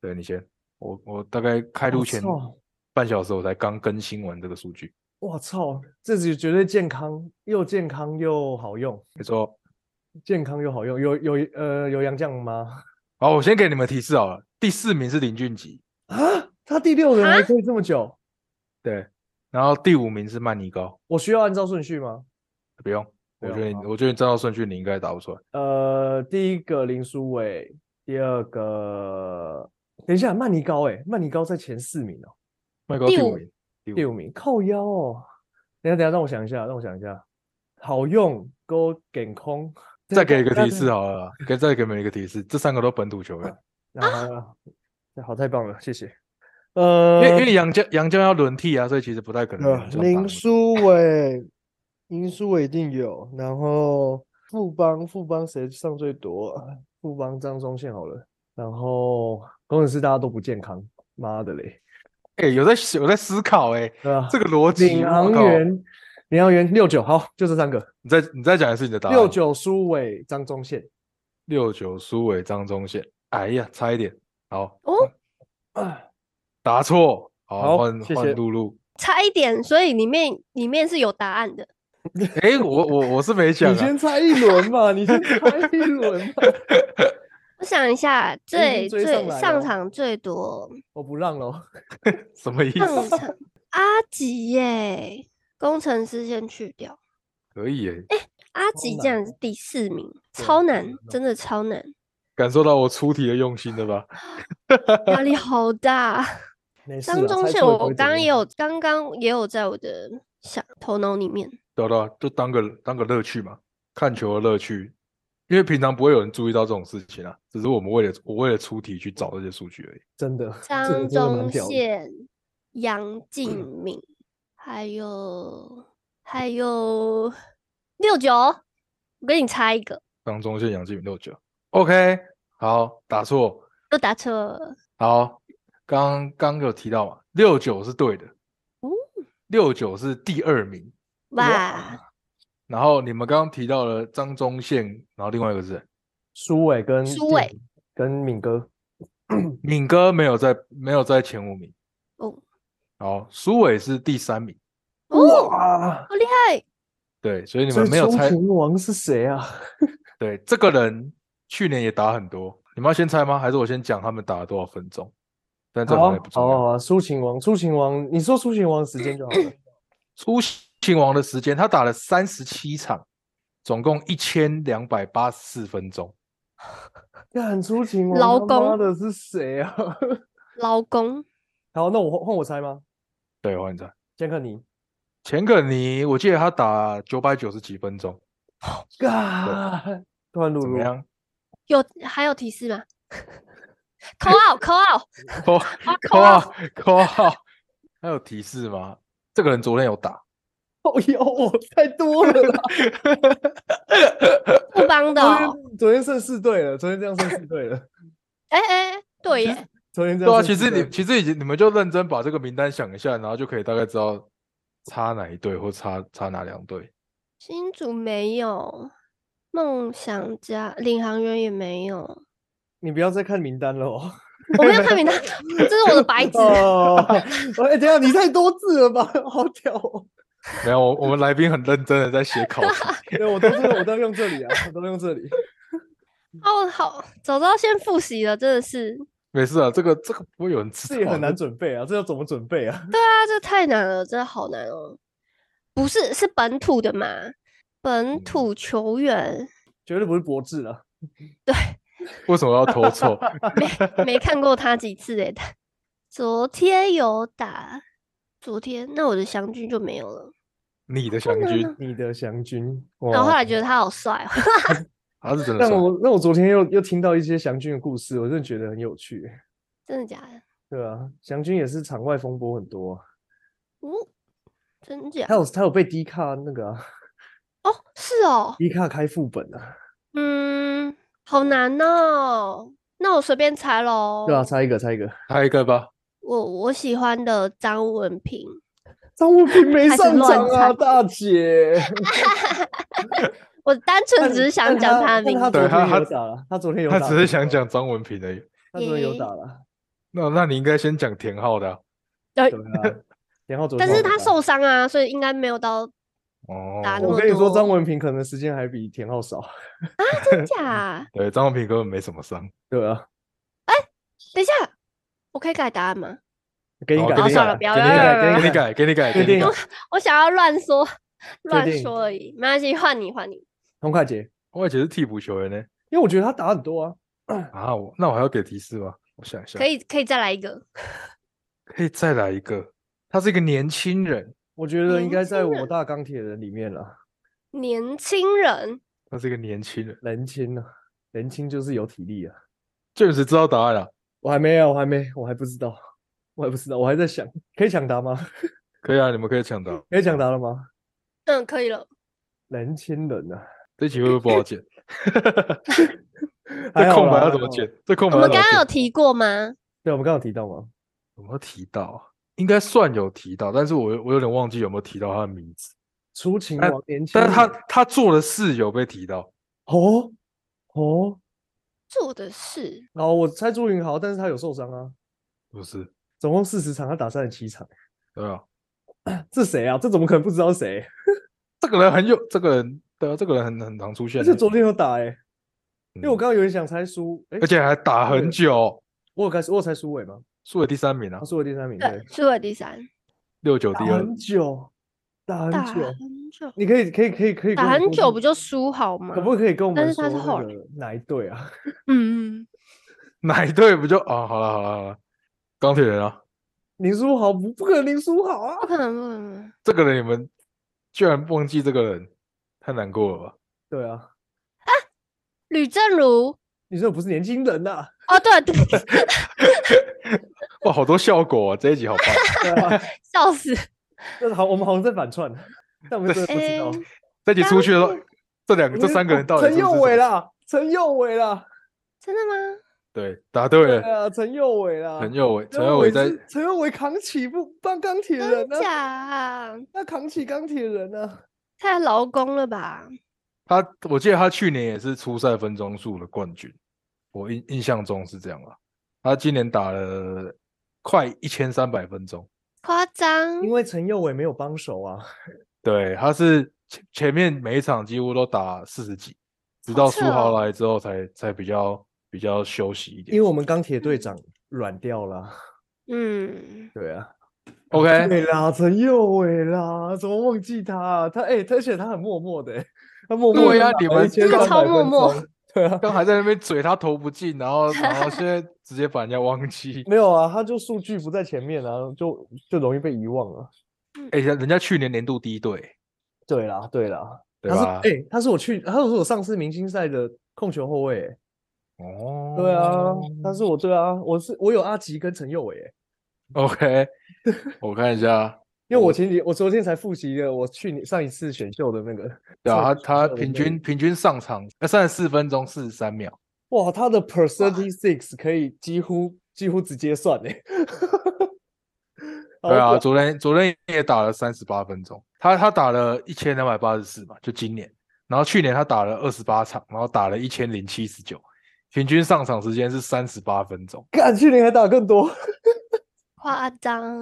Speaker 2: 对你先，我我大概开
Speaker 1: 我
Speaker 2: 录前
Speaker 1: 操
Speaker 2: 半小时我才刚更新完这个数据。
Speaker 1: 我操，这是绝对健康，又健康又好用，
Speaker 2: 没错，
Speaker 1: 健康又好用。有有呃有杨绛吗？
Speaker 2: 好，我先给你们提示好了，第四名是林俊杰，
Speaker 1: 啊，他第六人还可以这么久？
Speaker 2: 对，然后第五名是曼尼高，
Speaker 1: 我需要按照顺序吗？
Speaker 2: 不用，
Speaker 1: 不
Speaker 2: 我
Speaker 1: 用哦
Speaker 2: 觉得你
Speaker 1: 好
Speaker 2: 我觉得你照道顺序你应该答不出来。
Speaker 1: 呃，第一个林书伟，第二个，等一下，曼尼高、欸，曼尼高在前四名哦，
Speaker 2: 曼尼高
Speaker 3: 第
Speaker 2: 第
Speaker 3: 五
Speaker 2: 五名，第
Speaker 1: 第
Speaker 2: 五
Speaker 1: 五名，靠腰哦。等一下，等一下，让我想一下，让我想一下，好用，勾减空，
Speaker 2: 再给一个提示
Speaker 1: 啊
Speaker 2: 好了啦，给再给你们一个提示，这三个都本土球员，
Speaker 1: 啊，那好，太棒了，谢谢。
Speaker 2: 因为因
Speaker 1: 呃，
Speaker 2: 为杨将杨将要轮替啊，所以其实不太可能有人
Speaker 1: 呃
Speaker 2: 这样打那
Speaker 1: 林
Speaker 2: 么
Speaker 1: 书伟，林书伟一定有，然后富邦，富邦谁上最多啊？富邦张忠宪好了，然后工程师大家都不健康，妈的嘞，
Speaker 2: 哎、有在思有在思考哎、
Speaker 1: 对啊。
Speaker 2: 这个逻辑。
Speaker 1: 领
Speaker 2: 我
Speaker 1: 航
Speaker 2: 靠，
Speaker 1: 员，领航员六九，好，就这三个，
Speaker 2: 你再你再讲一次你的答案。
Speaker 1: 六九苏伟、张忠宪
Speaker 2: 六九苏伟张忠宪，哎呀，差一点，好
Speaker 3: 哦，
Speaker 1: 啊，
Speaker 2: 答错，好
Speaker 1: 好
Speaker 2: 换
Speaker 1: 谢
Speaker 2: 换
Speaker 1: 谢
Speaker 2: 露露，
Speaker 3: 差一点，所以里面里面是有答案的。
Speaker 2: 哎，我我我是没讲
Speaker 1: 你
Speaker 2: 啊，
Speaker 1: 先猜一轮嘛，你先猜一轮嘛。
Speaker 3: 我想一下，最
Speaker 1: 哎追上
Speaker 3: 最
Speaker 1: 来哦
Speaker 3: 上
Speaker 1: 咯
Speaker 3: 场最 多
Speaker 1: 我不让喽，
Speaker 2: 什么意思？
Speaker 1: 嗯
Speaker 3: 上场阿吉耶，工程师先去掉，
Speaker 2: 可以耶，
Speaker 3: 阿
Speaker 1: 超
Speaker 3: 吉
Speaker 1: 难
Speaker 3: 竟然是第四名，
Speaker 1: 对
Speaker 3: 超
Speaker 1: 超
Speaker 3: 难
Speaker 1: 难，
Speaker 3: 真的超难，
Speaker 2: 感受到我出题的用心了吧？
Speaker 3: 压力 好大。
Speaker 1: 没事啦。
Speaker 3: 张忠
Speaker 1: 啊猜
Speaker 3: 宪，
Speaker 1: 错了
Speaker 3: 我
Speaker 1: 不会
Speaker 3: 刚
Speaker 1: 怎
Speaker 3: 刚
Speaker 1: 样
Speaker 3: 也有，刚刚也有在我的想头脑里面。
Speaker 2: 对啊对啊，就当个当个乐趣嘛，看球的乐趣。因为平常不会有人注意到这种事情啊，只是我们为了我为了出题去找这些数据而已。
Speaker 1: 真的，这个
Speaker 3: 张
Speaker 1: 真的蛮
Speaker 3: 忠
Speaker 1: 屌的嗯
Speaker 3: 宪、杨敬敏，还有还有六九，我给你猜一个，
Speaker 2: 张忠宪、杨敬敏、六九，OK，好，打错，
Speaker 3: 又答错了。
Speaker 2: 好，刚刚有提到嘛，六九是对的
Speaker 3: 哦，
Speaker 2: 六九是第二名。
Speaker 3: 哇，
Speaker 2: 然后你们刚刚提到了张忠宪，然后另外一个是谁
Speaker 1: 苏伟跟
Speaker 3: 苏
Speaker 1: 定
Speaker 3: 伟
Speaker 1: 跟敏哥，
Speaker 2: 敏哥没有在没有在前五名，
Speaker 3: 哦
Speaker 2: 然后苏伟是第三名，
Speaker 3: 哦，
Speaker 1: 哇！
Speaker 3: 好厉害！
Speaker 2: 对，所以你
Speaker 1: 所
Speaker 2: 们
Speaker 1: 以
Speaker 2: 没有
Speaker 1: 周
Speaker 2: 猜，
Speaker 1: 平王是谁啊？
Speaker 2: 对，这个人去年也打很多，你们要先猜吗？还是我先讲他们打了多少分钟？但这
Speaker 1: 好
Speaker 2: 好像
Speaker 1: 啊
Speaker 2: 也不重
Speaker 1: 好啊
Speaker 2: 要。
Speaker 1: 好啊，苏秦王，苏秦王，你说苏秦王时间就好 了。
Speaker 2: 出秦王的时间，他打了三十七场，总共一千两百八十四分钟。
Speaker 1: 看苏秦王，
Speaker 3: 劳
Speaker 1: 他妈
Speaker 3: 工
Speaker 1: 的是谁啊？
Speaker 3: 老公
Speaker 1: 好，那我换我猜吗？
Speaker 2: 对，换你猜。
Speaker 1: 杰克尼，
Speaker 2: 钱可尼，我记得他打九百九十几分钟，
Speaker 1: 干，段露
Speaker 2: 怎么
Speaker 1: 露，
Speaker 2: 样？
Speaker 3: 有还有提示吗？ 扣号扣号，
Speaker 2: 扣
Speaker 3: 啊
Speaker 2: 扣
Speaker 3: 扣号！
Speaker 2: 啊扣号，还有提示吗？这个人昨天有打，
Speaker 1: 哦哟，太多了 啦！
Speaker 3: 富 邦的
Speaker 1: 昨
Speaker 3: 哦，
Speaker 1: 天昨天剩四队了，昨天这样剩四队了，
Speaker 3: 哎哎，对 耶，
Speaker 1: 昨天这
Speaker 2: 对
Speaker 1: 样
Speaker 2: 啊，
Speaker 1: 剩
Speaker 2: 其
Speaker 1: 四
Speaker 2: 实你
Speaker 1: 队
Speaker 2: 其实已经你们就认真把这个名单想一下，然后就可以大概知道差哪一队或差差哪两队。
Speaker 3: 新竹没有，梦想家、领航员也没 有。
Speaker 1: 你不要再看名单了 哦。
Speaker 3: 我没有看名单，这是我的白 纸。
Speaker 1: 哦，哎，等一下你太多字了吧，好屌哦！
Speaker 2: 没有，我我们来宾很认真的在写考 题。
Speaker 1: 对，我都是我都用这里啊，我都用这里。
Speaker 3: 哦，好，早知道先复习了，真的是。
Speaker 2: 没事啊，这个这个不会有人知道
Speaker 1: 这
Speaker 2: 啊，
Speaker 1: 也很难准备啊，这要怎么准备啊？
Speaker 3: 啊，这太难了，真的好难哦。不是，是本土的嘛？本
Speaker 2: 嗯
Speaker 3: 土球员
Speaker 1: 绝对不是博智啊，
Speaker 2: 为什么要偷错？
Speaker 3: 没看过他几次诶、他 昨天有打，昨天那我的祥军就没有了。
Speaker 2: 你的祥
Speaker 3: 难
Speaker 2: 军
Speaker 3: 啊，
Speaker 1: 你的祥君。
Speaker 3: 然后后
Speaker 1: 哇
Speaker 3: 来觉得他好帅哦，
Speaker 2: 他啊是真的
Speaker 1: 但
Speaker 2: 帅。
Speaker 1: 我那我昨天又又听到一些祥君的故事，我真的觉得很有趣。
Speaker 3: 真的假的？
Speaker 1: 对啊，祥君也是场外风波很多啊，
Speaker 3: 哦，真假
Speaker 1: 他？有他有被低卡那个 啊，
Speaker 3: 哦，是哦，
Speaker 1: 低卡开副本啊，
Speaker 3: 嗯，好难哦。那我随便猜喽。
Speaker 1: 对啊，猜一个猜一个，
Speaker 2: 猜一个吧，
Speaker 3: 我我喜欢的张文平，
Speaker 1: 张文平没
Speaker 3: 还是
Speaker 1: 上
Speaker 3: 乱
Speaker 1: 场啊，
Speaker 3: 猜
Speaker 1: 大 姐。
Speaker 3: 我单纯只是想讲他
Speaker 1: 他
Speaker 3: 的名
Speaker 1: 但
Speaker 3: 字。
Speaker 2: 对
Speaker 1: 他昨
Speaker 2: 他
Speaker 1: 天
Speaker 2: 他
Speaker 1: 有打了，他昨天有
Speaker 2: 他
Speaker 1: 打，
Speaker 2: 只是想，讲张文平而已。
Speaker 1: 他昨天有
Speaker 3: 耶
Speaker 1: 打了，
Speaker 2: 那那你应该先讲田浩的啊、
Speaker 3: 呃
Speaker 1: 对啊。然后昨
Speaker 3: 但
Speaker 1: 天
Speaker 3: 是
Speaker 1: 有
Speaker 3: 他
Speaker 1: 打，
Speaker 3: 受伤啊，所以应该没有 到打那
Speaker 2: 哦，
Speaker 1: 我
Speaker 3: 么
Speaker 1: 跟你说，
Speaker 3: 多
Speaker 1: 张文平可能时间还比田浩少。
Speaker 3: 真假。
Speaker 2: 对，张文平根本没什么伤。
Speaker 1: 对啊，
Speaker 3: 等一下，我可以改答案吗？
Speaker 1: 给你
Speaker 2: 哦好
Speaker 1: 改，给
Speaker 2: 给你
Speaker 1: 你
Speaker 2: 算
Speaker 1: 改
Speaker 2: 了
Speaker 3: 不要
Speaker 1: 给你改，
Speaker 2: 给
Speaker 1: 给
Speaker 2: 你改，给你改，
Speaker 1: 确
Speaker 2: 给你改
Speaker 1: 定。
Speaker 3: 我想要乱说，乱
Speaker 1: 定
Speaker 3: 说而已，没关系，换你，换你。
Speaker 1: 童凯杰，
Speaker 2: 我以前是替补球员呢。
Speaker 1: 因为我觉得他打很多啊，
Speaker 2: 啊，我那我还要给提示吗？我想一下，
Speaker 3: 可以，可以再来一个。
Speaker 2: 可以再来一个。他是一个年轻人，
Speaker 1: 我觉得应
Speaker 3: 年
Speaker 1: 该在
Speaker 3: 轻
Speaker 1: 我
Speaker 3: 人
Speaker 1: 大钢铁人里面了。
Speaker 3: 年轻人，
Speaker 2: 他是一个年轻人。
Speaker 1: 人青啊，人青就是有体力啊。
Speaker 2: 确实知道答案了，
Speaker 1: 我还没有，啊我还没，我还不知道，我还不知道，我还在想，可以抢答吗？
Speaker 2: 可以啊，你们可以抢答。
Speaker 1: 可以抢答了吗？
Speaker 3: 嗯，可以了。
Speaker 1: 人青人啊，
Speaker 2: 这集会不会不好剪？
Speaker 1: 还
Speaker 2: 这
Speaker 1: 好
Speaker 2: 空白
Speaker 1: 啦
Speaker 2: 要
Speaker 1: 还
Speaker 2: 怎么
Speaker 1: 好
Speaker 2: 剪？这空
Speaker 3: 我
Speaker 2: 白要
Speaker 3: 们
Speaker 2: 怎
Speaker 3: 刚
Speaker 2: 么
Speaker 3: 刚有
Speaker 2: 剪？
Speaker 3: 提过吗？
Speaker 1: 对，我们刚刚有提到吗？
Speaker 2: 有没有提到啊？应该算有提到，但是我我有点忘记有没有提到他的名字。
Speaker 1: 出勤
Speaker 2: 但
Speaker 1: 王年轻
Speaker 2: 但
Speaker 1: 人，
Speaker 2: 是他他做的事有被提到，
Speaker 1: 哦哦，
Speaker 3: 做的事
Speaker 1: 然后我猜朱云豪，但是他有受伤啊，
Speaker 2: 不是？
Speaker 1: 总共四十场，他打三十七场，
Speaker 2: 对啊，
Speaker 1: 这谁啊？这怎么可能不知道谁？
Speaker 2: 这个人很有，这个人对啊，这个人很很常出现
Speaker 1: 而
Speaker 2: 欸，
Speaker 1: 且昨天有打哎、因为我
Speaker 2: 嗯
Speaker 1: 刚刚有点想猜苏，哎、
Speaker 2: 而且还打
Speaker 1: 对
Speaker 2: 很久，
Speaker 1: 我有开始我有猜苏伟吗？
Speaker 2: 输了第三名啊
Speaker 1: 他，输了第三名，
Speaker 3: 对，输了第三，
Speaker 2: 六九
Speaker 1: 打
Speaker 2: 第二，
Speaker 1: 很久，打
Speaker 3: 打
Speaker 1: 很久，
Speaker 3: 很久，
Speaker 1: 你可以可以可以可以
Speaker 3: 打
Speaker 1: 跟我说
Speaker 3: 很久
Speaker 1: 是
Speaker 3: 不就输好吗？
Speaker 1: 可不可以跟我
Speaker 3: 但
Speaker 1: 们
Speaker 3: 是
Speaker 1: 说
Speaker 3: 他是后
Speaker 1: 那
Speaker 3: 来
Speaker 1: 个哪一队啊？
Speaker 3: 嗯，嗯，
Speaker 2: 哪一队不就啊？好了好了好了，钢铁人啊，
Speaker 1: 林书豪不不可能林书豪啊
Speaker 3: 不！可能，不可能，
Speaker 2: 这个人你们居然忘记这个人，太难过了吧？
Speaker 1: 对啊，
Speaker 3: 吕正如。
Speaker 1: 你这不是年轻人呐、啊，
Speaker 3: 哦，对对，
Speaker 2: 哇，好多效果啊！这一集好棒，
Speaker 1: 对啊，
Speaker 3: 笑死！
Speaker 1: 但是好，我们好像在反串，但我们真的不知道
Speaker 3: 哎。
Speaker 2: 这一集出去的时候， 这两个
Speaker 1: 我
Speaker 2: 这
Speaker 1: 们
Speaker 2: 三个人
Speaker 1: 哦
Speaker 2: 到底
Speaker 1: 陈
Speaker 2: 是不
Speaker 1: 佑
Speaker 2: 是
Speaker 1: 伟
Speaker 2: 谁？
Speaker 1: 啦，陈佑伟啦，
Speaker 3: 真的吗？
Speaker 2: 对，答对
Speaker 1: 对
Speaker 2: 了，
Speaker 1: 啊，陈佑伟啦，
Speaker 2: 陈佑伟，陈
Speaker 1: 佑
Speaker 2: 佑伟在
Speaker 1: 是陈佑伟扛起不当钢铁人
Speaker 3: 真
Speaker 1: 呢、
Speaker 3: 假
Speaker 1: 啊，
Speaker 3: 啊？
Speaker 1: 他扛起钢铁人呢、啊，
Speaker 3: 太劳工了吧？
Speaker 2: 他，我记得他去年也是初赛分钟数的冠军，我印印象中是这样啊。他今年打了快一千三百分钟，
Speaker 3: 夸张
Speaker 1: 因！为陈佑伟没有帮手啊，
Speaker 2: 对，他是前前面每一场几乎都打四十几，直
Speaker 3: 好
Speaker 2: 到
Speaker 3: 扯
Speaker 2: 苏豪
Speaker 3: 哦
Speaker 2: 来之后才才比较比较休息一点
Speaker 1: 因为。我们钢铁队长软掉了啊，
Speaker 3: 嗯，
Speaker 1: 对啊
Speaker 2: OK，
Speaker 1: 对啦，陈佑伟啦，怎么忘记他、啊？他哎、他而且他很默默的、欸，他默默
Speaker 2: 对
Speaker 1: 地
Speaker 2: 啊
Speaker 1: 打
Speaker 2: 你
Speaker 1: 了
Speaker 2: 们
Speaker 1: 1300
Speaker 3: 真的超
Speaker 1: 分
Speaker 3: 默默
Speaker 1: 钟，对啊，
Speaker 2: 刚还在那边嘴他投不进，然后然后现在直接把人家 忘记。
Speaker 1: 没有啊，他就数据不在前面啊，就就容易被遗忘了。
Speaker 2: 哎、人人家去年年度第一队，
Speaker 1: 对啦，对啦，
Speaker 2: 对
Speaker 1: 他是
Speaker 2: 吧？
Speaker 1: 哎、他是我去，他是我上次明星赛的控球后卫、欸。
Speaker 2: 哦
Speaker 1: 对啊，他是我对啊，我是我有阿吉跟陈佑伟、欸，
Speaker 2: 哦 OK，我看一下，啊
Speaker 1: 因为我
Speaker 2: 我
Speaker 1: 前几我昨天才复习了我去年上一次选秀的那个
Speaker 2: 对
Speaker 1: 上
Speaker 2: 啊，
Speaker 1: 一次选
Speaker 2: 他他
Speaker 1: 秀的
Speaker 2: 平
Speaker 1: 那个
Speaker 2: 均平均上场三十四分钟四十三秒，
Speaker 1: 哇，他的 per thirty six 可以几乎几乎直接算哎、欸， 好
Speaker 2: 对啊，
Speaker 1: 屌
Speaker 2: 昨天昨天也打了三十八分钟，他他打了一千两百八十四嘛，就今年，然后去年他打了二十八场，然后打了一千零七十九，平均上场时间是三十八分钟，
Speaker 1: 干去年还打更多，
Speaker 3: 夸张！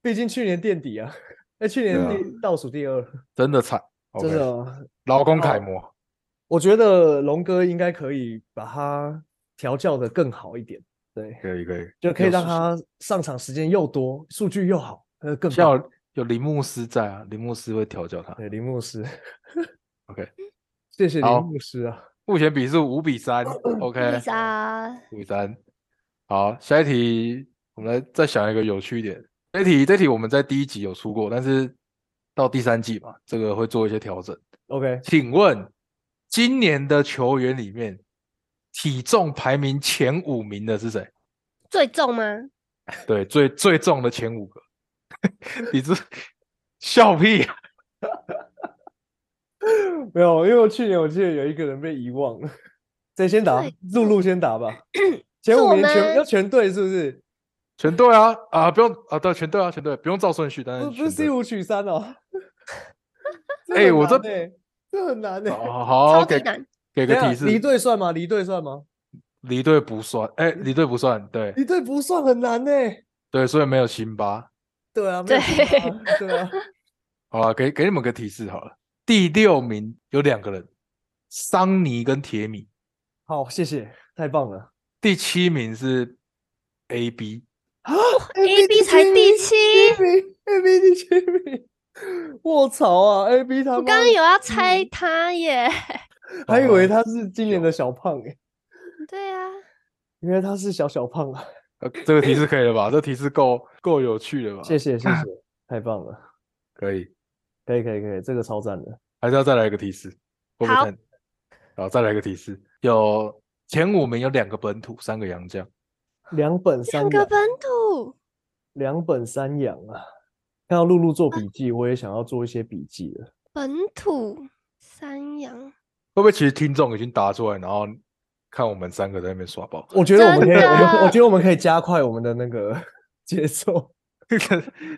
Speaker 1: 毕竟去年垫底啊，哎、去年
Speaker 2: 对啊
Speaker 1: 第倒数第二，
Speaker 2: 真的惨，
Speaker 1: 真
Speaker 2: OK，
Speaker 1: 的，
Speaker 2: 劳工
Speaker 1: 哦
Speaker 2: 楷模。
Speaker 1: 我觉得龙哥应该可以把他调教的更好一点，对，
Speaker 2: 可以可以，
Speaker 1: 就可以
Speaker 2: 有
Speaker 1: 让
Speaker 2: 时
Speaker 1: 他上场时间又多，数据又好，呃，更
Speaker 2: 像
Speaker 1: 棒。
Speaker 2: 有有林牧师在啊，林牧师会调教他。
Speaker 1: 对，林牧师
Speaker 2: OK
Speaker 1: 谢谢林
Speaker 2: 好
Speaker 1: 牧师啊。
Speaker 2: 目前比数五比三
Speaker 1: 嗯
Speaker 2: ，OK，
Speaker 3: 丽莎，
Speaker 2: 五比三。好，下一题，我们来再想一个有趣一点。这题这题我们在第一集有出过，但是到第三季嘛，这个会做一些调整。
Speaker 1: OK，
Speaker 2: 请问今年的球员里面，体重排名前五名的是谁？
Speaker 3: 最重吗？
Speaker 2: 对，最最重的前五个， 你这笑屁、啊！
Speaker 1: 没有，因为我去年我记得有一个人被遗忘了，谁先打
Speaker 3: 对？
Speaker 1: 露 露先打吧。前
Speaker 3: 是
Speaker 1: 五
Speaker 3: 我
Speaker 1: 名全
Speaker 3: 吗
Speaker 1: 要全对是不是？
Speaker 2: 全对啊啊，不用啊，对，全对啊，全对，不用照顺序，但
Speaker 1: 不
Speaker 2: 是
Speaker 1: 不是
Speaker 2: 全对
Speaker 1: C 五取三 哦。
Speaker 2: 哎
Speaker 1: 很
Speaker 2: 我
Speaker 1: 难
Speaker 2: 这
Speaker 1: 欸这很难呢。
Speaker 2: 好
Speaker 3: 超
Speaker 2: 好，
Speaker 3: 级
Speaker 2: 给
Speaker 3: 难，
Speaker 2: 给
Speaker 1: 等
Speaker 2: 个
Speaker 1: 一下
Speaker 2: 提示，
Speaker 1: 离队算吗？离队算吗？
Speaker 2: 离队不算，哎，离队不算，对
Speaker 1: 离队不算，很难呢。欸
Speaker 2: 对，所以没有辛巴。
Speaker 1: 对啊，没有
Speaker 3: 对
Speaker 1: 办 法啊对啊，
Speaker 2: 好了，给给你们个提示好了，第六名有两个人，桑尼跟铁米，
Speaker 1: 好，谢谢，太棒了。
Speaker 2: 第七名是 A B，
Speaker 1: 啊
Speaker 3: A B 才第七
Speaker 1: ，A B 第七名，卧槽啊！A B 他
Speaker 3: 我
Speaker 1: 妈
Speaker 3: 刚
Speaker 1: 的
Speaker 3: 刚有要猜
Speaker 1: 嗯
Speaker 3: 他耶。
Speaker 1: 还以为
Speaker 2: 哦
Speaker 1: 他是今年的小胖哎、
Speaker 3: 对啊，
Speaker 1: 原来他是小小胖啊！
Speaker 2: 呃这个提示可以了吧？这提示够够有趣了吧？
Speaker 1: 谢谢谢谢，太棒了，
Speaker 2: 可以，
Speaker 1: 可以可以可以，这个超赞的。
Speaker 2: 还是要再来一个提示，会不会
Speaker 3: 好
Speaker 2: 太？好，再来一个提示，有前五名有两个本土，三个洋将，
Speaker 1: 两本三
Speaker 3: 两个
Speaker 1: 养，
Speaker 3: 本土，
Speaker 1: 两本三养啊！看到露露做笔记，我也想要做一些笔记了。
Speaker 3: 本土三羊，
Speaker 2: 会不会其实听众已经答出来，然后看我们三个在那边耍宝？
Speaker 1: 我觉得我们可以，我们我
Speaker 3: 真
Speaker 1: 觉得我们可以加快我们的那个 节奏，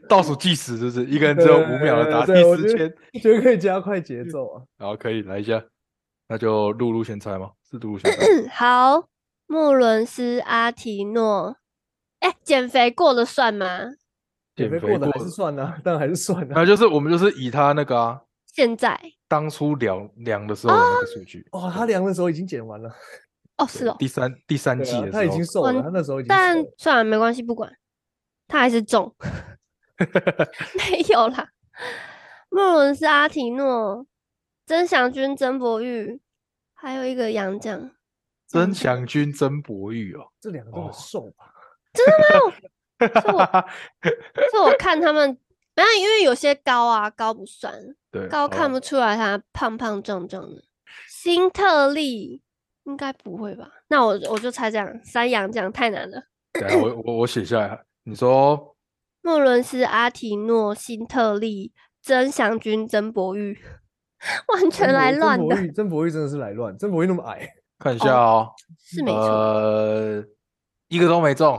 Speaker 2: 倒数计时就是一个人只有五秒的答
Speaker 1: 对
Speaker 2: 第
Speaker 1: 我
Speaker 2: 四
Speaker 1: 觉得
Speaker 2: 圈，
Speaker 1: 我觉得可以加快节奏啊！
Speaker 2: 然后可以来一下，那就露露先猜吗？是露露先猜，
Speaker 3: 嗯，好，穆伦斯阿提诺，哎，减肥过了算吗？
Speaker 1: 减
Speaker 2: 减
Speaker 1: 肥
Speaker 2: 肥
Speaker 1: 过的还
Speaker 2: 过
Speaker 1: 是
Speaker 2: 了
Speaker 1: 算啊，但还是算
Speaker 2: 然
Speaker 1: 啊。
Speaker 2: 后就是我们就是以他那个啊，
Speaker 3: 现在
Speaker 2: 当初量量的时候的那个数据。
Speaker 1: 哦，他量的时候已经剪完了，
Speaker 3: 哦是哦，
Speaker 2: 第三第三
Speaker 1: 对
Speaker 2: 季
Speaker 1: 啊
Speaker 2: 的时
Speaker 1: 他
Speaker 2: 候，
Speaker 1: 已经瘦
Speaker 3: 完
Speaker 1: 了，他那时候已经
Speaker 3: 但
Speaker 1: 瘦了
Speaker 3: 算了，没关系，不管，他还是中。没有啦，莫伦是阿提诺、曾祥军、曾博玉，还有一个杨绛。
Speaker 2: 曾祥军、曾博玉哦，
Speaker 1: 这两个都
Speaker 2: 哦
Speaker 1: 很瘦吧？
Speaker 3: 就我看他们，然后因为有些高啊，高不算，
Speaker 2: 对，
Speaker 3: 高
Speaker 2: 好
Speaker 3: 看不出来他胖胖壮壮的。新特利应该不会吧？那我我就猜这样，三杨绛太难了。
Speaker 2: 等一下我我我写下来。你说
Speaker 3: 莫伦斯、阿提诺、新特利、曾祥军、曾博玉， 完全
Speaker 1: 曾
Speaker 3: 来
Speaker 1: 博
Speaker 3: 乱
Speaker 1: 曾
Speaker 3: 的
Speaker 1: 博，玉，曾博玉真的是来乱，曾博玉那么矮，
Speaker 2: 看一下哦，
Speaker 3: 是没
Speaker 1: 啊
Speaker 3: 错。
Speaker 2: 呃，一个都没中，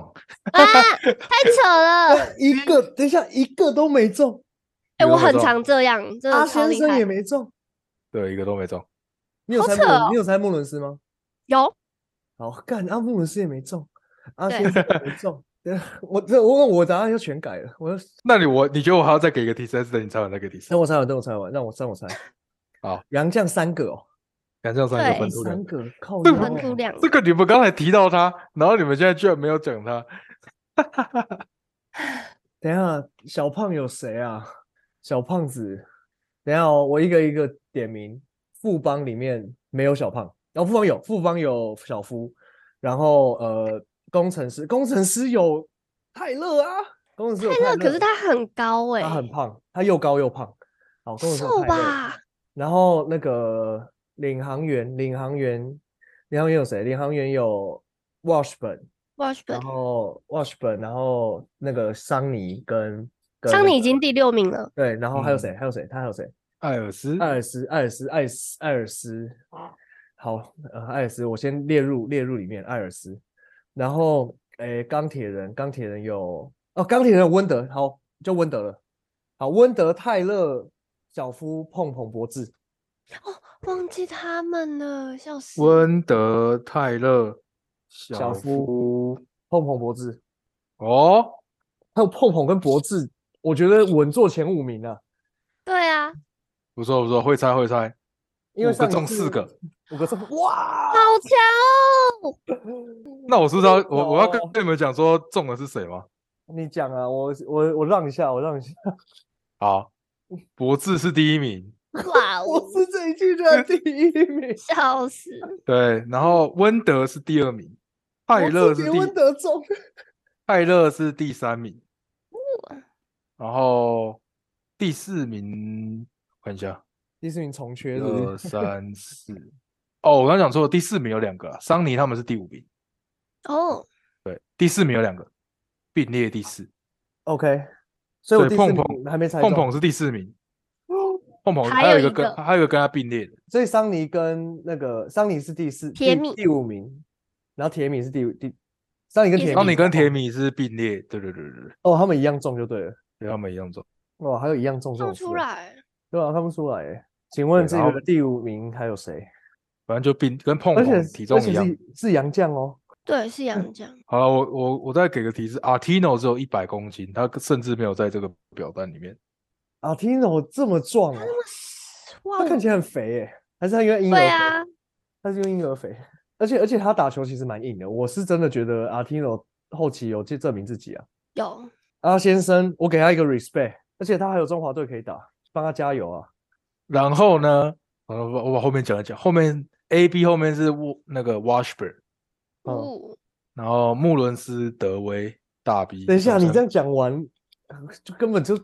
Speaker 3: 啊，太扯 了！
Speaker 1: 一个等一下一个都没中，
Speaker 3: 哎、
Speaker 2: 一个
Speaker 3: 我
Speaker 2: 都没
Speaker 3: 很
Speaker 2: 中
Speaker 3: 常这样，真
Speaker 1: 阿
Speaker 3: 的超
Speaker 1: 先
Speaker 3: 厉
Speaker 1: 生
Speaker 3: 害
Speaker 1: 也。没中。
Speaker 2: 对，一个都没中。
Speaker 1: 你有
Speaker 3: 好
Speaker 1: 猜
Speaker 3: 扯
Speaker 1: 莫伦
Speaker 3: 哦
Speaker 1: 你有猜莫伦斯吗？
Speaker 3: 有，
Speaker 1: 好，干阿穆伦斯也没中，阿
Speaker 3: 对
Speaker 1: 先生也没中。等一下我这我我答案要全改了，我要
Speaker 2: 那你我你觉得我还要再给一个提示，还是等你猜完再给提示
Speaker 1: 等？我猜完，等我猜完，让我让我猜。
Speaker 2: 好，
Speaker 1: 杨绛三个哦，
Speaker 2: 两项三
Speaker 3: 对
Speaker 2: 个分数
Speaker 1: 三
Speaker 2: 两。
Speaker 1: 个，靠
Speaker 2: 对
Speaker 1: 腰哦
Speaker 3: 分数量
Speaker 2: 这个你们刚才提到他，然后你们现在居然没有讲他，
Speaker 1: 等一下，小胖有谁啊？小胖子，等一下、哦、我一个一个点名。富邦里面没有小胖，然、后富邦有，富邦有小夫，然后呃，工程师，工程师有泰勒啊，工程师有泰
Speaker 3: 那可是他很高哎、
Speaker 1: 他很胖，他又高又胖，好，工程师有
Speaker 3: 瘦
Speaker 1: 泰勒
Speaker 3: 吧？
Speaker 1: 然后那个领航员，领航员，领航员有谁？领航员有 Washburn，
Speaker 3: w 士 s
Speaker 1: 然后 Washburn，然后那个桑尼跟跟
Speaker 3: 桑
Speaker 1: 那
Speaker 3: 尼已
Speaker 1: 个
Speaker 3: 经第六名了，
Speaker 1: 对，然后还有谁？
Speaker 2: 嗯
Speaker 1: 还有谁？他还有谁？
Speaker 2: 艾尔斯
Speaker 1: 艾尔斯，艾尔斯，艾尔斯，艾尔斯。好，呃，艾尔斯，我先列入列入里面，艾尔斯。然后，诶，钢铁人，钢铁人有哦，钢铁人有温德，好，就温德了。好，温德、泰勒、小夫、碰碰、博智，
Speaker 3: 忘记他们了，笑死！
Speaker 2: 温德泰勒、
Speaker 1: 小
Speaker 2: 夫
Speaker 1: 碰碰、博智，
Speaker 2: 哦，
Speaker 1: 还有碰碰跟博智，我觉得稳坐前五名啊。
Speaker 3: 对啊，
Speaker 2: 不错不错，会猜会猜，
Speaker 1: 因为
Speaker 2: 五个
Speaker 1: 上一
Speaker 2: 中四
Speaker 1: 次
Speaker 2: 个，
Speaker 1: 五个中，哇
Speaker 3: 好！强哦！
Speaker 2: 那我是不是要我我要跟
Speaker 1: 哦
Speaker 2: 你们讲说中的是谁吗？
Speaker 1: 你讲啊，我我我让一下，我让一下。
Speaker 2: 好，博智是第一名，
Speaker 3: 哇
Speaker 1: 我
Speaker 3: 哦，
Speaker 1: 是这一季的第一名，
Speaker 3: 笑死！
Speaker 2: 对，然后温德是第二名，泰
Speaker 1: 我
Speaker 2: 勒是
Speaker 1: 是
Speaker 2: 第
Speaker 1: 给温德 中。
Speaker 2: 泰勒是第三名，然后第四名看一下，
Speaker 1: 第四名重
Speaker 2: 一
Speaker 1: 缺是不
Speaker 2: 二
Speaker 1: 是？
Speaker 2: 三四，哦，我刚刚讲错了，第四名有两个啊，桑尼他们是第五名，
Speaker 3: 哦，
Speaker 2: 对，第四名有两个，并列第四，
Speaker 1: OK，所以我
Speaker 2: 对
Speaker 1: 第四
Speaker 2: 碰
Speaker 1: 名还没猜
Speaker 2: 碰
Speaker 1: 中
Speaker 2: 碰是第 四名，
Speaker 1: 哦
Speaker 2: 碰碰
Speaker 3: 还
Speaker 2: 还
Speaker 3: 有
Speaker 2: 有一个
Speaker 3: 一
Speaker 2: 跟
Speaker 3: 个
Speaker 2: 还有一个跟他并列的，
Speaker 1: 所以桑尼跟那个桑尼是第四，
Speaker 3: 铁
Speaker 1: 第
Speaker 3: 米
Speaker 1: 第五名，然后铁米是第五第，桑尼跟
Speaker 3: 第
Speaker 1: 铁
Speaker 3: 四
Speaker 1: 米，
Speaker 2: 然后你跟铁米是并列，对对对对对，
Speaker 1: 哦，他们一样中就对了。
Speaker 2: 对他们一样中，
Speaker 1: 哇，还有一样中这
Speaker 3: 弄
Speaker 1: 种事
Speaker 3: 出
Speaker 1: 啊，
Speaker 3: 来，
Speaker 1: 对啊，看不出来欸。请问
Speaker 2: 对
Speaker 1: 这
Speaker 2: 然后
Speaker 1: 个第五名还有谁？
Speaker 2: 反正就并跟碰
Speaker 1: 而且
Speaker 2: 碰体重
Speaker 1: 而且
Speaker 2: 一样。
Speaker 1: 是是杨绛哦，
Speaker 3: 对，是杨绛。
Speaker 2: 好了，我我我再给个提示，Artino 只有一百公斤，他甚至没有在这个表单里面。
Speaker 1: 阿提诺这么壮啊，
Speaker 3: 哇
Speaker 1: 他看
Speaker 3: 哦，
Speaker 1: 起来很肥诶，还是他因为婴儿
Speaker 3: 对
Speaker 1: 肥？
Speaker 3: 啊，
Speaker 1: 他是用婴儿肥，而且而且他打球其实蛮硬的。我是真的觉得阿提诺后期有去证明自己啊。
Speaker 3: 有
Speaker 1: 阿先生，我给他一个 respect，而且他还有中华队可以打，帮他加油啊！
Speaker 2: 然后呢，呃我把我把后面讲一讲，后面 A B 后面是沃那个 Washburn，
Speaker 1: 嗯
Speaker 3: 哦，
Speaker 2: 然后穆伦斯、德威、大 B。
Speaker 1: 等一下，
Speaker 2: 中
Speaker 1: 你
Speaker 2: 山
Speaker 1: 这样讲完，就根本就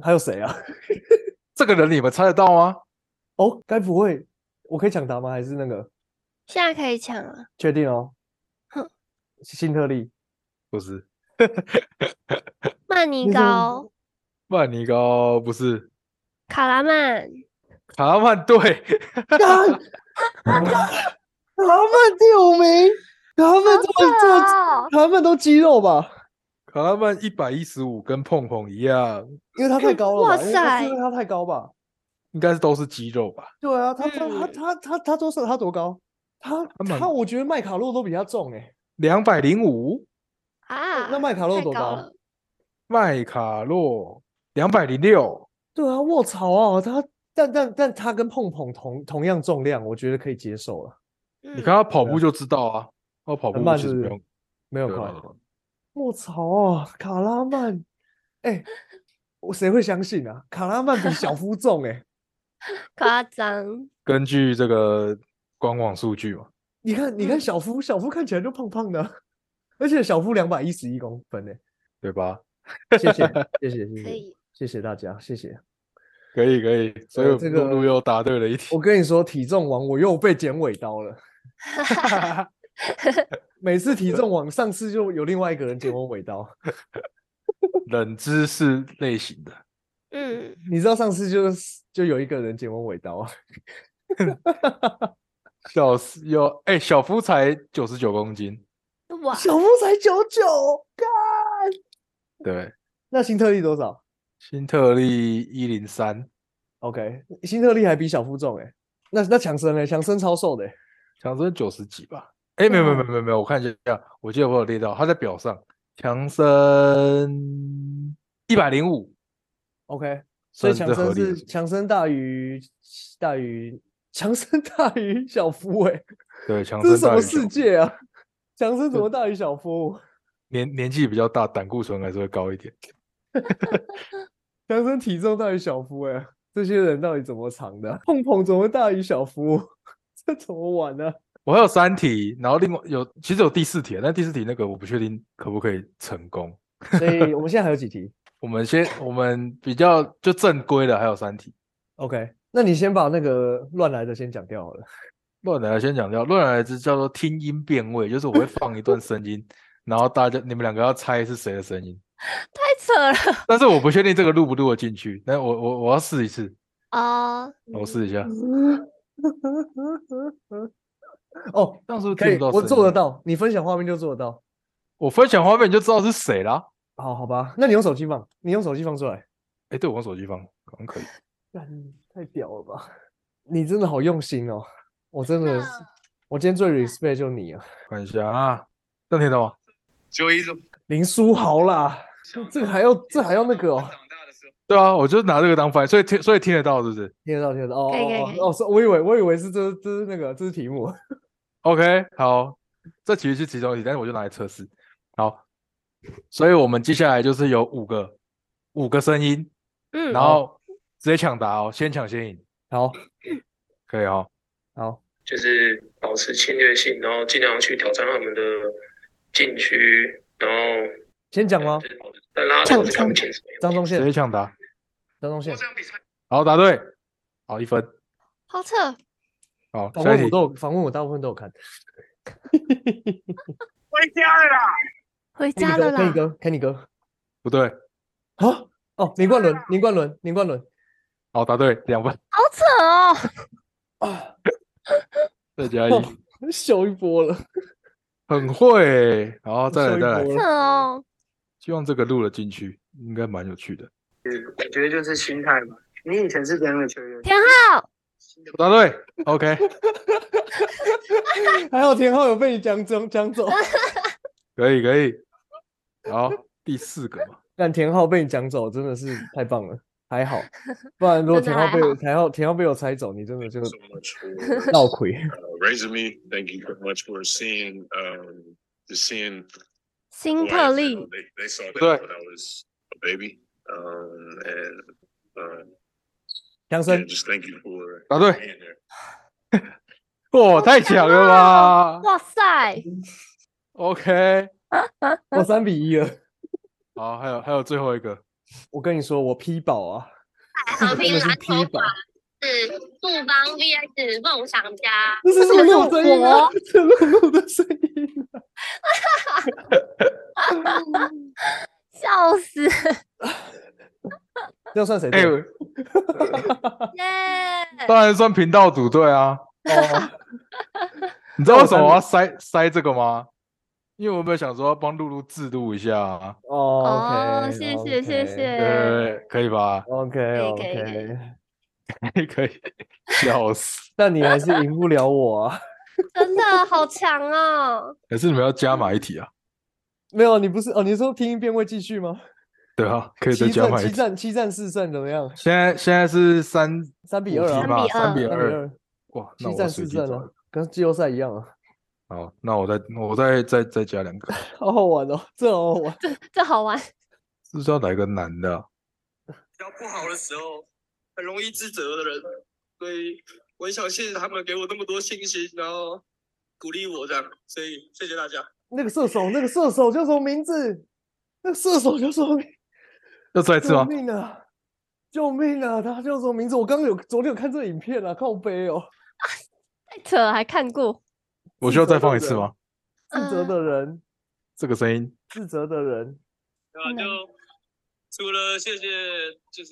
Speaker 1: 还有谁啊？
Speaker 2: 这个人你们猜得到吗？
Speaker 1: 哦，该不会我可以抢答吗？还是那个
Speaker 3: 现在可以抢了。
Speaker 1: 确定哦
Speaker 3: 哼？
Speaker 1: 辛特 利，
Speaker 2: 不是，
Speaker 3: 曼尼
Speaker 1: 你怎么
Speaker 3: 高、
Speaker 2: 曼尼高不是，
Speaker 3: 卡拉曼，
Speaker 2: 卡拉曼队，
Speaker 1: 干，他们第五名，他们这么这么，
Speaker 3: 哦，
Speaker 1: 他们都肌肉吧？
Speaker 2: 卡拉曼一百一十五，跟碰碰一样，
Speaker 1: 因为他太高了吧？
Speaker 3: 哇
Speaker 1: 因为他是因
Speaker 3: 塞
Speaker 1: 为他太高吧？
Speaker 2: 应该是都是肌肉吧？
Speaker 1: 对啊，他他他
Speaker 3: 嗯
Speaker 1: 他他他多少？他多高？他
Speaker 2: 他蛮
Speaker 1: 他，我觉得麦卡洛都比他重哎、
Speaker 2: 两百零五，
Speaker 3: 啊，
Speaker 1: 那麦卡洛
Speaker 3: 太
Speaker 1: 多
Speaker 3: 高
Speaker 1: 高
Speaker 3: 了？
Speaker 2: 麦卡洛两百零六，
Speaker 1: 对啊，卧槽啊，他但但但他跟碰碰同同样重量，我觉得可以接受了。
Speaker 2: 你
Speaker 3: 你
Speaker 2: 看他跑步就知道啊，他跑
Speaker 1: 嗯很
Speaker 2: 步
Speaker 1: 慢
Speaker 2: 其
Speaker 1: 是
Speaker 2: 实
Speaker 1: 不
Speaker 2: 不
Speaker 1: 是
Speaker 2: 用
Speaker 1: 没有
Speaker 2: 对
Speaker 1: 快
Speaker 2: 啊，
Speaker 1: 我操啊，卡拉曼，哎、我谁会相信啊？卡拉曼比小夫重 哎、
Speaker 3: 夸张，
Speaker 2: 根据这个官网数据嘛，
Speaker 1: 你看你看
Speaker 3: 嗯
Speaker 1: 小夫，小夫看起来就胖胖的啊、而且小夫两百一十一公分哎、
Speaker 2: 对吧？
Speaker 1: 谢谢谢谢谢
Speaker 3: 可
Speaker 1: 谢
Speaker 3: 以
Speaker 1: 谢谢大家，谢谢。
Speaker 2: 可以可以，所以
Speaker 1: 呃这
Speaker 2: 露露
Speaker 1: 个
Speaker 2: 又答对了一题
Speaker 1: 我。跟你说，体重王我又被剪尾刀了。每次体重王，上次就有另外一个人剪我尾刀。
Speaker 2: 冷知识类型的，
Speaker 3: 嗯，
Speaker 1: 你知道上次就是就有一个人剪我尾刀啊，
Speaker 2: 小四有哎、小夫才九十九公斤，
Speaker 3: 哇，
Speaker 1: 小夫才九九，干。
Speaker 2: 对，
Speaker 1: 那新特利多少
Speaker 2: 新特利一零三，
Speaker 1: ？OK，新特利还比小夫重哎、那那强森嘞，强森超瘦的、欸，
Speaker 2: 强森九十几吧？哎、没有没有没有没有没有，我看一下，我记得我有列到，他在表上，强森一百零五，
Speaker 1: OK，所以
Speaker 2: 算
Speaker 1: 强
Speaker 2: 合
Speaker 1: 森
Speaker 2: 理的
Speaker 1: 是强森大于大于强森大于小夫哎、
Speaker 2: 对，强
Speaker 1: 这是
Speaker 2: 森
Speaker 1: 什
Speaker 2: 大
Speaker 1: 么
Speaker 2: 于小
Speaker 1: 世
Speaker 2: 夫
Speaker 1: 界啊？强森怎
Speaker 2: 这
Speaker 1: 么大于小夫？
Speaker 2: 年年纪比较大，胆固醇还是会高一点。
Speaker 1: 强森体重大于小夫哎、这些人到底怎么藏的啊？碰碰怎么会大于小夫？ 这怎么玩啊 呢、
Speaker 2: 我还有三题，然后另外有其实有第四题，但第四题那个我不确定可不可以成功。
Speaker 1: 所以我们现在还有几题
Speaker 2: 我们先我们比较就正规的还有三题，
Speaker 1: ？OK，那你先把那个乱来的先讲掉好了。
Speaker 2: 乱来的先讲掉，乱来是叫做听音辨位，就是我会放一段声音，然后大家你们两个要猜是谁的声音，
Speaker 3: 太 扯了
Speaker 2: 但是我不确定这个录不录得进去，但我我我要试一次，
Speaker 3: 哦，
Speaker 1: 嗯
Speaker 2: 我试一下，
Speaker 1: 哦，
Speaker 2: 这样是不是
Speaker 1: 可
Speaker 2: 听
Speaker 1: 以，
Speaker 2: 不到？
Speaker 1: 我做得，到，你分享画面就做得到。
Speaker 2: 我分享画面你就知道是谁啦。
Speaker 1: 好好吧，那你用手机放，你用手机放出来。
Speaker 2: 哎，对我用手机放，好像可以。
Speaker 1: 干太屌了吧！ 你真的好用心哦，我真的
Speaker 3: 的
Speaker 1: 是，我今天最 respect 就你啊，
Speaker 2: 看一下啊，这样听得到吗？
Speaker 1: 林书豪啦，这个还要这还要那个 哦，
Speaker 2: 对啊，我就拿这个当翻译，所以听所以听得到是不是
Speaker 1: 听得到听得到哦
Speaker 3: 可以可以
Speaker 1: 哦
Speaker 3: 可以
Speaker 1: 哦哦，是我以为我以为是这这是那个这是题目，
Speaker 2: ？OK，好，这其实是其中一题，但是我就拿来测试。好，所以我们接下来就是有五个五个声音，
Speaker 3: 嗯，
Speaker 2: 然后直接抢答哦，先抢先赢，
Speaker 1: 好
Speaker 2: 可以哦。
Speaker 1: 好
Speaker 4: 就是保持侵略性，然后尽量去挑战他们的禁区，然后
Speaker 1: 先讲吗
Speaker 4: 就？是保持在拉扯这条前
Speaker 1: 张宗
Speaker 2: 直接
Speaker 1: 宪，
Speaker 2: 抢答，
Speaker 1: 张宗
Speaker 4: 这
Speaker 1: 宪，
Speaker 4: 场比赛
Speaker 2: 好，答对，好一分，
Speaker 3: 好扯，
Speaker 2: 好，
Speaker 1: 访
Speaker 2: 下一
Speaker 1: 问我
Speaker 2: 题
Speaker 1: 都，有，访问我大部分都有看。
Speaker 4: 回家了啦！
Speaker 3: 回
Speaker 1: Kenny
Speaker 3: 家了啦，
Speaker 1: 哥，Kenny 哥，Kenny 哥，
Speaker 2: 不对，
Speaker 1: 啊，哦，林冠伦，林冠伦，林冠伦，
Speaker 2: 好，答对，两分，
Speaker 3: 好扯哦，
Speaker 1: 啊，
Speaker 2: 再加一，
Speaker 1: 哦秀一波了，
Speaker 2: 很会欸，然后再
Speaker 1: 秀
Speaker 2: 来
Speaker 1: 一
Speaker 2: 再来，
Speaker 1: 波
Speaker 3: 扯
Speaker 1: 了。
Speaker 3: 哦，
Speaker 2: 希望这个录了进去，应该蛮有趣的。
Speaker 4: 嗯，我觉得就是心态吧。你以前是怎样的球员？
Speaker 3: 田浩，
Speaker 2: 答对，OK，
Speaker 1: 还好田浩有被你讲走讲 走，
Speaker 2: 可以可以，好，第四个嘛。
Speaker 1: 但田浩被你讲走真的是太棒了，还 好，不然如果
Speaker 3: 真
Speaker 1: 田
Speaker 3: 的
Speaker 1: 浩
Speaker 3: 还
Speaker 1: 被
Speaker 3: 好
Speaker 1: 田浩田浩被我猜走，你真 的就
Speaker 5: so much for
Speaker 1: 闹亏。
Speaker 5: uh, raising me. Thank you so much for seeing, um, just seeing.
Speaker 3: 新
Speaker 5: who I
Speaker 3: 特
Speaker 5: am now.
Speaker 3: 利，
Speaker 5: They, they saw that
Speaker 2: Right.
Speaker 5: when I was a baby. Um, and uh,
Speaker 1: 强
Speaker 5: yeah,
Speaker 1: 森，
Speaker 5: just thank you for
Speaker 2: That's right.
Speaker 5: being there.
Speaker 2: 哇，哦太强了吧
Speaker 3: 哇
Speaker 1: 嗯
Speaker 3: 塞，
Speaker 2: ！OK，
Speaker 1: 我三比一了。
Speaker 2: 好，还有还有最后一个，
Speaker 1: 我跟你说，我批保啊，
Speaker 3: 和
Speaker 1: 真的是批保，
Speaker 3: 是富嗯邦 VS 梦想家，
Speaker 1: 这是什么
Speaker 3: 是
Speaker 1: 录声音啊
Speaker 3: 我？
Speaker 1: 这 是露露的声音啊、
Speaker 3: 笑 死，
Speaker 1: 这样算谁
Speaker 2: 哎、
Speaker 1: 对？
Speaker 3: 耶，
Speaker 2: 当然算频道组队啊。
Speaker 1: 哦，
Speaker 2: 你知道为什么我
Speaker 1: 那
Speaker 2: 要塞塞这个吗？因为我本来想说要帮露露制度一下、啊，
Speaker 1: 哦
Speaker 3: 哦，
Speaker 1: ，OK，
Speaker 3: 谢谢谢
Speaker 1: OK，
Speaker 2: 对
Speaker 3: 谢，
Speaker 2: 可以吧？
Speaker 1: ，OK
Speaker 3: 可以可以可以
Speaker 1: OK，
Speaker 2: 可以，笑死！
Speaker 1: 但你还是赢不了我啊。
Speaker 3: 真的好强哦，
Speaker 2: 可是你们要加码一题啊？
Speaker 1: 没有，你不是哦？你说听音辨会继续吗？
Speaker 2: 对啊，可以再
Speaker 1: 七
Speaker 2: 加
Speaker 1: 战
Speaker 2: 买一
Speaker 1: 七
Speaker 2: 次。
Speaker 1: 战七战四胜怎么样？
Speaker 2: 现在现在是三
Speaker 1: 三比
Speaker 2: 五
Speaker 1: 二
Speaker 2: 题
Speaker 1: 啊，
Speaker 2: 吧，三
Speaker 3: 三
Speaker 2: 比
Speaker 3: 比
Speaker 1: 三比
Speaker 2: 二，
Speaker 1: 二，
Speaker 2: 哇，
Speaker 1: 七
Speaker 2: 那我
Speaker 1: 战
Speaker 2: 随
Speaker 1: 四
Speaker 2: 机
Speaker 1: 胜
Speaker 2: 找
Speaker 1: 啊。，跟季后赛一样啊，
Speaker 2: 好，那我再我再再再加 两个，
Speaker 1: 好好玩哦，这好好玩。
Speaker 3: 这好玩。
Speaker 2: 是不是要来个男的啊？
Speaker 6: 比较不好的时候，很容易自责的人，所以我很想谢谢他们给我那么多信心，然后鼓励我这样，所以谢谢大家。
Speaker 1: 那个射手，那个射手叫什么名字？那个射手叫什么名？
Speaker 2: 要 再一次
Speaker 1: 救
Speaker 2: 吗？
Speaker 1: 命啊！救命啊！他叫什么名字？我刚刚有昨天有看这个影片啊，靠背哦，
Speaker 3: 太扯了，还看过。
Speaker 2: 我需要
Speaker 1: 自责
Speaker 2: 再放
Speaker 1: 的
Speaker 2: 一次
Speaker 1: 人
Speaker 2: 吗？
Speaker 1: 自责
Speaker 3: 嗯
Speaker 1: 的人，
Speaker 2: 这个声音，
Speaker 1: 自责的人，
Speaker 6: 对
Speaker 1: 嗯
Speaker 6: 啊，就除了谢谢，就是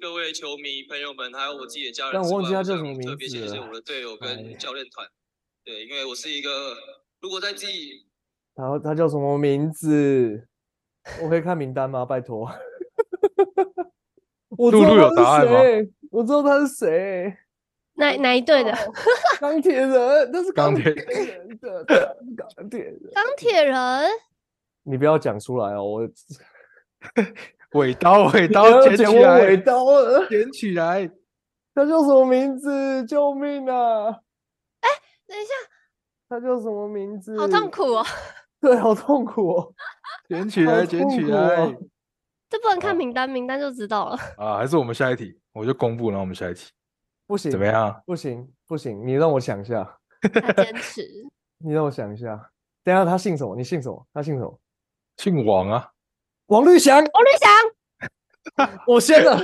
Speaker 6: 各位球迷朋友们，还有我自己的家人
Speaker 1: 但
Speaker 6: 之外，
Speaker 1: 我忘记他叫
Speaker 6: 想
Speaker 1: 什么名
Speaker 6: 特别谢
Speaker 1: 字
Speaker 6: 谢
Speaker 1: 了
Speaker 6: 我的队友
Speaker 1: 哎
Speaker 6: 跟教练团，对，因为我是一个如果在自己
Speaker 1: 然后他叫什么名字？我可以看名单吗？拜托。 我知
Speaker 2: 露
Speaker 1: 道
Speaker 2: 露有答
Speaker 1: 他
Speaker 2: 案
Speaker 1: 是
Speaker 2: 吗
Speaker 1: 谁，我知道他是谁，
Speaker 3: 哪哪一队的？
Speaker 1: 钢铁人，那是
Speaker 2: 钢铁
Speaker 1: 人的钢铁人。
Speaker 3: 钢铁人。
Speaker 1: 你不要讲出来哦，我
Speaker 2: 尾刀 尾
Speaker 1: 不
Speaker 2: 刀
Speaker 1: 要
Speaker 2: 捡
Speaker 1: 剪
Speaker 2: 起
Speaker 1: 我尾
Speaker 2: 来，
Speaker 1: 刀了。
Speaker 2: 捡起来，
Speaker 1: 他叫什么名字？救命啊！
Speaker 3: 哎等一下，
Speaker 1: 他叫什么名字？
Speaker 3: 好
Speaker 2: 嗯
Speaker 3: 痛！苦哦！
Speaker 1: 对，好痛苦哦。
Speaker 2: 捡起
Speaker 1: 好
Speaker 2: 来，捡
Speaker 1: 痛
Speaker 2: 起
Speaker 1: 苦
Speaker 2: 来
Speaker 1: 哦
Speaker 3: 这不能看
Speaker 2: 好
Speaker 3: 名单，名单就知 道了。
Speaker 2: 啊！还是我们下一题，我就公布，然后我们下一题
Speaker 1: 不行，
Speaker 2: 怎么？样？
Speaker 1: 不行，不行！你让我想一下，
Speaker 3: 他坚持。
Speaker 1: 你让我想一下。等一下他姓什么？你姓什么？他姓什么？
Speaker 2: 姓王啊，
Speaker 1: 王绿祥，
Speaker 3: 王瑞祥，
Speaker 1: 我先了，